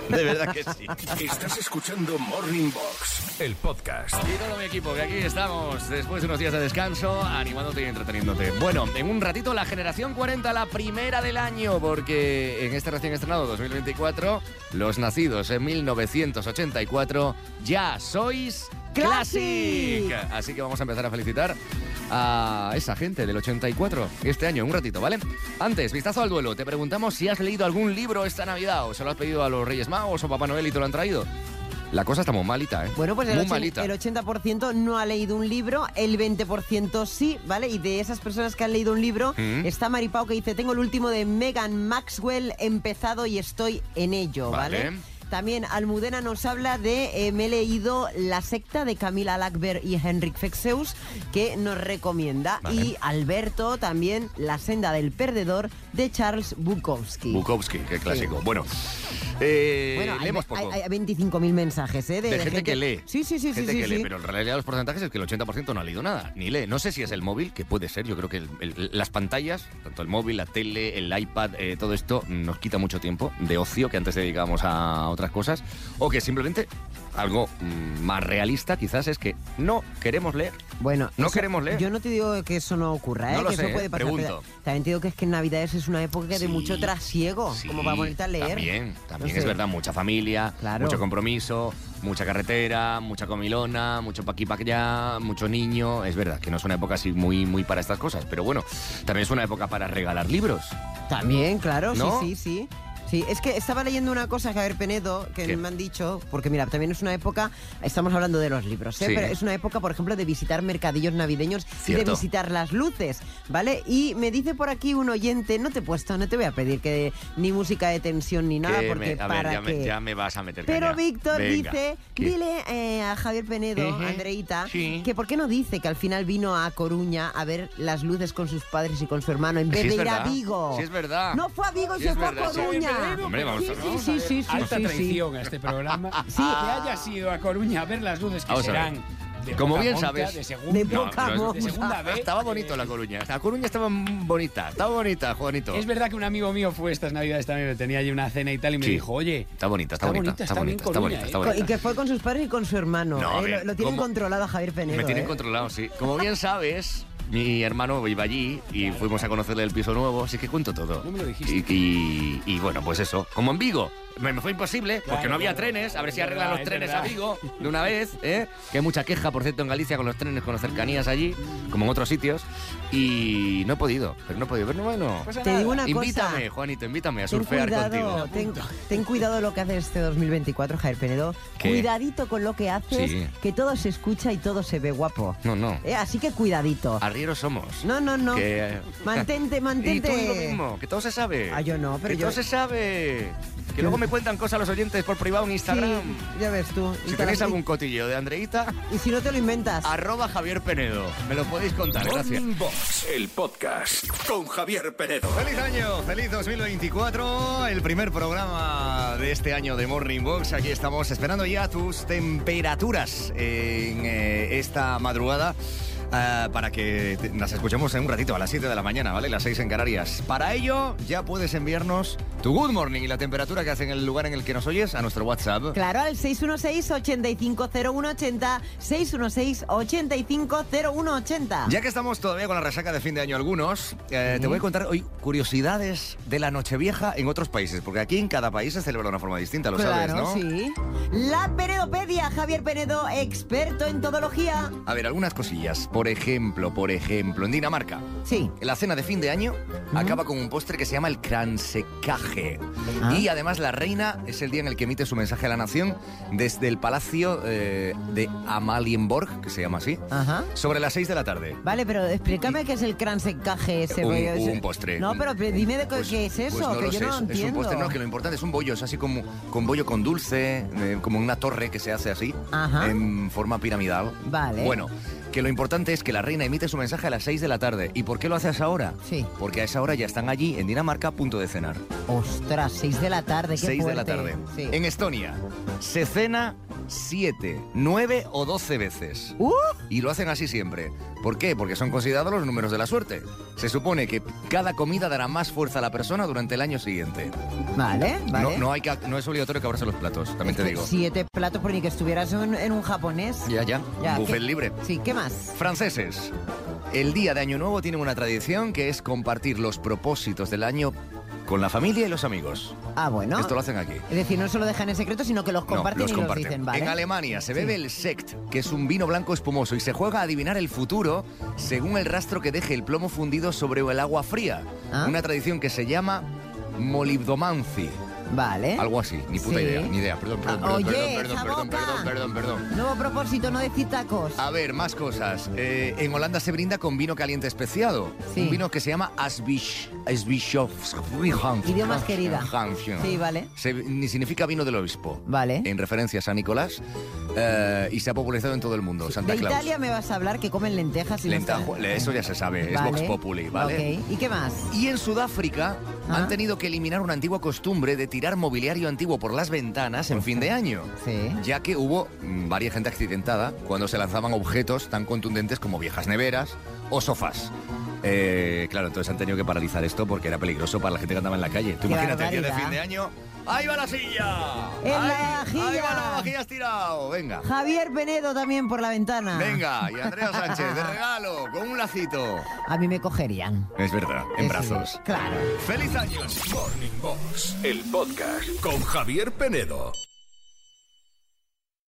Speaker 3: De verdad que sí.
Speaker 1: Estás escuchando Morning Box, el podcast.
Speaker 3: Y todo mi equipo, que aquí estamos después de unos días de descanso, animándote y entreteniéndote. Bueno, en un ratito la generación 40, la primera del año, porque en este recién estrenado 2024, los nacidos en 1984 ya sois
Speaker 4: Classic.
Speaker 3: Classic. Así que vamos a empezar a felicitar a esa gente del 84 este año, en un ratito, ¿vale? Antes, vistazo al duelo. Te preguntamos si has leído algún libro esta Navidad o se lo has pedido a los Reyes Magos o Papá Noel y te lo han traído. La cosa está muy malita, ¿eh?
Speaker 4: Bueno, pues el,
Speaker 3: muy
Speaker 4: ochen-
Speaker 3: malita.
Speaker 4: el 80% no ha leído un libro, el 20% sí, ¿vale? Y de esas personas que han leído un libro,
Speaker 3: ¿Mm?
Speaker 4: está Maripau que dice, tengo el último de Megan Maxwell empezado y estoy en ello, ¿vale?
Speaker 3: Vale.
Speaker 4: También Almudena nos habla de, eh, me he leído La secta de Camila Lackberg y Henrik Fexeus, que nos recomienda.
Speaker 3: Vale.
Speaker 4: Y Alberto también, La senda del perdedor de Charles Bukowski.
Speaker 3: Bukowski, qué clásico. Bueno, eh,
Speaker 4: Bueno, hay,
Speaker 3: leemos poco.
Speaker 4: hay- hay 25.000 mensajes, ¿eh?
Speaker 3: de, gente, que lee.
Speaker 4: Sí, sí, sí,
Speaker 3: Gente
Speaker 4: sí, sí,
Speaker 3: que lee,
Speaker 4: sí.
Speaker 3: pero en realidad los porcentajes es que el 80% no ha leído nada, ni lee. No sé si es el móvil, que puede ser. Yo creo que el- el- las pantallas, tanto el móvil, la tele, el iPad, eh, todo esto nos quita mucho tiempo de ocio que antes dedicábamos a otras cosas. O que simplemente algo mm, más realista quizás es que no queremos leer.
Speaker 4: Bueno,
Speaker 3: no
Speaker 4: eso-
Speaker 3: queremos leer.
Speaker 4: Yo no te digo que eso no ocurra, ¿eh?
Speaker 3: No lo
Speaker 4: que
Speaker 3: sé,
Speaker 4: eso puede pasar.
Speaker 3: pregunto.
Speaker 4: pero También te digo que es que en Navidades es una época de mucho trasiego, como para ponerte a leer.
Speaker 3: También, también
Speaker 4: No
Speaker 3: es
Speaker 4: sé.
Speaker 3: verdad, mucha familia,
Speaker 4: Claro.
Speaker 3: mucho compromiso, mucha carretera, mucha comilona, mucho pa' aquí pa' allá, mucho niño. Es verdad que no es una época así muy, muy para estas cosas, pero bueno, también es una época para regalar libros.
Speaker 4: También, claro,
Speaker 3: ¿No?
Speaker 4: sí, sí, sí. Sí, es que estaba leyendo una cosa, Javier Penedo, que
Speaker 3: ¿Qué?
Speaker 4: me han dicho, porque mira, también es una época, estamos hablando de los libros, ¿eh?
Speaker 3: Sí.
Speaker 4: pero es una época, por ejemplo, de visitar mercadillos navideños y
Speaker 3: Cierto.
Speaker 4: de visitar las luces, ¿vale? Y me dice por aquí un oyente, no te he puesto, no te voy a pedir que ni música de tensión ni nada,
Speaker 3: Que
Speaker 4: porque
Speaker 3: me- a ver,
Speaker 4: para
Speaker 3: ya,
Speaker 4: qué.
Speaker 3: me, ya me vas a meter
Speaker 4: Pero
Speaker 3: caña.
Speaker 4: Víctor
Speaker 3: Venga,
Speaker 4: dice,
Speaker 3: ¿qué?
Speaker 4: dile eh, a Javier Penedo,
Speaker 3: Ujú.
Speaker 4: Andreita,
Speaker 3: Sí.
Speaker 4: que por qué no dice que al final vino a Coruña a ver las luces con sus padres y con su hermano en
Speaker 3: Sí,
Speaker 4: vez
Speaker 3: es
Speaker 4: de ir a
Speaker 3: verdad.
Speaker 4: Vigo.
Speaker 3: Sí, es verdad.
Speaker 4: No fue a Vigo y
Speaker 3: Sí,
Speaker 4: se
Speaker 3: es
Speaker 4: fue a
Speaker 3: verdad, sí.
Speaker 4: Coruña.
Speaker 3: Hombre, vamos a-
Speaker 4: sí,
Speaker 3: vamos
Speaker 4: sí,
Speaker 3: a
Speaker 4: sí, sí,
Speaker 3: ver.
Speaker 4: sí,
Speaker 5: Alta
Speaker 4: sí, sí.
Speaker 5: traición a este programa.
Speaker 4: Sí.
Speaker 5: Que hayas ido a Coruña a ver las luces que
Speaker 3: Vamos a ver.
Speaker 5: serán. de
Speaker 3: Como
Speaker 5: poca
Speaker 3: bien
Speaker 5: monta,
Speaker 3: sabes,
Speaker 5: De segunda,
Speaker 3: No, pero es-
Speaker 5: de segunda vez.
Speaker 3: Ah, Estaba bonito la Coruña. La Coruña estaba mm, bonita, estaba bonita, Juanito.
Speaker 5: Es verdad que un amigo mío fue estas navidades también, me tenía allí una cena y tal, y me
Speaker 3: Sí.
Speaker 5: dijo, oye,
Speaker 3: Está bonita, está, bonita, está bonita, está bonita,
Speaker 5: ¿eh?
Speaker 3: está
Speaker 4: Co-
Speaker 3: bonita.
Speaker 4: Y que fue con sus padres y con su hermano.
Speaker 3: No,
Speaker 4: ¿eh?
Speaker 3: a ver,
Speaker 4: lo, lo tienen
Speaker 3: ¿cómo?
Speaker 4: controlado a Javier Penedo.
Speaker 3: Me tienen
Speaker 4: ¿eh?
Speaker 3: controlado, sí. Como bien sabes, mi hermano iba allí y fuimos a conocerle el piso nuevo, así que cuento todo.
Speaker 5: No me lo dijiste.
Speaker 3: Y, y- y bueno, pues eso, como en Vigo. Me, me fue imposible porque
Speaker 5: Claro,
Speaker 3: no había
Speaker 5: claro.
Speaker 3: trenes, a ver si
Speaker 5: Es
Speaker 3: arreglan
Speaker 5: verdad,
Speaker 3: los
Speaker 5: es
Speaker 3: trenes
Speaker 5: verdad.
Speaker 3: a Vigo de una vez, ¿eh? que hay mucha queja, por cierto, en Galicia con los trenes, con las cercanías allí, como en otros sitios, y no he podido, pero no he podido, pero bueno,
Speaker 4: Te nada. digo Pues una cosa.
Speaker 3: invítame, Juanito, invítame a
Speaker 4: Ten
Speaker 3: surfear
Speaker 4: cuidado,
Speaker 3: contigo.
Speaker 4: ten, ten cuidado lo que haces este 2024, Javier Penedo.
Speaker 3: ¿Qué?
Speaker 4: Cuidadito con lo que haces,
Speaker 3: Sí.
Speaker 4: que todo se escucha y todo se ve guapo.
Speaker 3: No, no,
Speaker 4: Eh, así que cuidadito.
Speaker 3: arrieros somos.
Speaker 4: No, no, no.
Speaker 3: Mm. Ah, Que- eh,
Speaker 4: Mantente, mantente.
Speaker 3: Y tú di lo mismo, que todo se sabe.
Speaker 4: Ah, yo no, pero
Speaker 3: que
Speaker 4: yo-
Speaker 3: todo se sabe. Que luego me cuentan cosas los oyentes por privado en Instagram.
Speaker 4: Sí, ya ves tú.
Speaker 3: Si tenéis algún Ah, cotillo de Andreita,
Speaker 4: Y si no te lo inventas.
Speaker 3: arroba Javier Penedo. Me lo podéis contar, gracias.
Speaker 1: Morning Box, el podcast con Javier Penedo.
Speaker 3: ¡Feliz año! ¡Feliz 2024! El primer programa de este año de Morning Box. Aquí estamos esperando ya tus temperaturas en eh, esta madrugada. ah, para que te- las escuchemos en un ratito a las 7 de la mañana, ¿vale? Las 6 en Canarias. Para ello, ya puedes enviarnos tu good morning y la temperatura que hace en el lugar en el que nos oyes a nuestro WhatsApp.
Speaker 4: Claro, al 616-850180, 616-850180.
Speaker 3: Ya que estamos todavía con la resaca de fin de año algunos, eh, te voy a contar hoy curiosidades de la Nochevieja en otros países, porque aquí en cada país se celebra de una forma distinta, lo sabes,
Speaker 4: claro,
Speaker 3: ¿no?
Speaker 4: sí. La Penedopedia, Javier Penedo, experto en todología.
Speaker 3: A ver, algunas cosillas. Por ejemplo, por ejemplo, en Dinamarca.
Speaker 4: Sí.
Speaker 3: La cena de fin de año acaba con un postre que se llama el kransecaje.
Speaker 4: Ah.
Speaker 3: Y además la reina es el día en el que emite su mensaje a la nación desde el palacio eh, de Amalienborg, que se llama así,
Speaker 4: Ajá.
Speaker 3: sobre las 6 de la tarde.
Speaker 4: Vale, pero explícame qué es el cransecaje ese.
Speaker 3: un,
Speaker 4: rollo, ese-
Speaker 3: un postre.
Speaker 4: No,
Speaker 3: un-
Speaker 4: pero pre- dime de qué, qué es eso,
Speaker 3: Pues no
Speaker 4: que
Speaker 3: lo
Speaker 4: yo
Speaker 3: sé,
Speaker 4: no
Speaker 3: es-
Speaker 4: lo entiendo.
Speaker 3: es un postre, no, que lo importante es un bollo, es así como con bollo con dulce, eh, como una torre que se hace así,
Speaker 4: Ajá.
Speaker 3: en forma piramidal.
Speaker 4: Vale.
Speaker 3: Bueno, que lo importante es que la reina emite su mensaje a las 6 de la tarde. ¿Y por qué lo hace a esa hora?
Speaker 4: Sí.
Speaker 3: Porque a esa hora ya están allí, en Dinamarca, a punto de cenar.
Speaker 4: Ostras, 6 de la tarde, qué
Speaker 3: 6 de la
Speaker 4: fuerte.
Speaker 3: tarde.
Speaker 4: Sí.
Speaker 3: En Estonia, se cena 7, 9 o 12 veces.
Speaker 4: ¡Uh!
Speaker 3: Y lo hacen así siempre. ¿Por qué? Porque son considerados los números de la suerte. Se supone que cada comida dará más fuerza a la persona durante el año siguiente.
Speaker 4: Vale, vale.
Speaker 3: No, no hay que, no es obligatorio acabarse los platos, también te digo.
Speaker 4: Siete platos por ni que estuvieras en, en un japonés.
Speaker 3: Ya, ya.
Speaker 4: Ya,
Speaker 3: Buffet
Speaker 4: ¿qué-
Speaker 3: libre.
Speaker 4: Sí, ¿qué más?
Speaker 3: Franceses. El día de Año Nuevo tiene una tradición que es compartir los propósitos del año con la familia y los amigos.
Speaker 4: Ah, bueno.
Speaker 3: Esto lo hacen aquí.
Speaker 4: Es decir, no se lo dejan en secreto, sino que los
Speaker 3: No,
Speaker 4: comparten y los dicen, ¿vale?
Speaker 3: En Alemania se bebe el Sekt, que es un vino blanco espumoso, y se juega a adivinar el futuro según el rastro que deje el plomo
Speaker 4: Ah.
Speaker 3: fundido sobre el agua fría. Una tradición que se llama molibdomancy.
Speaker 4: Vale.
Speaker 3: Algo así, ni puta
Speaker 4: ¿Eh? Sí.
Speaker 3: idea, ni idea. Perdón, perdón,
Speaker 4: Ah,
Speaker 3: perdón,
Speaker 4: oye,
Speaker 3: perdón,
Speaker 4: esa
Speaker 3: perdón, perdón,
Speaker 4: boca.
Speaker 3: perdón, perdón, perdón.
Speaker 4: Nuevo propósito, no decir tacos.
Speaker 3: A ver, más cosas. Eh, en Holanda se brinda con vino caliente especiado.
Speaker 4: Sí.
Speaker 3: Un vino que se llama Asbich, Asbischofsbrühang.
Speaker 4: Idioma más querida.
Speaker 3: Hanfchen.
Speaker 4: Sí, vale.
Speaker 3: Se- ni significa vino del obispo.
Speaker 4: Vale.
Speaker 3: En referencia a San Nicolás. eh, y se ha popularizado en todo el mundo. Santa
Speaker 4: De
Speaker 3: Claus.
Speaker 4: Italia me vas a hablar que comen lentejas y no
Speaker 3: Lenta,
Speaker 4: están.
Speaker 3: eso ya se sabe, es
Speaker 4: Vale.
Speaker 3: Vox Populi, ¿vale?
Speaker 4: Ok, ¿y qué más?
Speaker 3: Y en Sudáfrica Han tenido que eliminar una antigua costumbre de tirar mobiliario antiguo por las ventanas en fin de año. Ya que hubo mm, varias gente accidentada cuando se lanzaban objetos tan contundentes como viejas neveras o sofás. Eh, claro, entonces han tenido que paralizar esto porque era peligroso para la gente que andaba en la calle. Tú
Speaker 1: Qué
Speaker 3: imagínate, el día de
Speaker 1: barbaridad.
Speaker 3: fin de año. ¡Ahí va la silla!
Speaker 4: ¡En
Speaker 3: ¡Ahí-
Speaker 4: la vajilla!
Speaker 3: ¡Ahí va la vajilla estirado! Venga.
Speaker 4: Javier Penedo también por la ventana.
Speaker 3: Venga, y Andrea Sánchez, de regalo, con un lacito.
Speaker 4: A mí me cogerían.
Speaker 3: Es verdad, en brazos.
Speaker 4: Claro.
Speaker 3: ¡Feliz año!
Speaker 1: Morning Box, el podcast con Javier Penedo.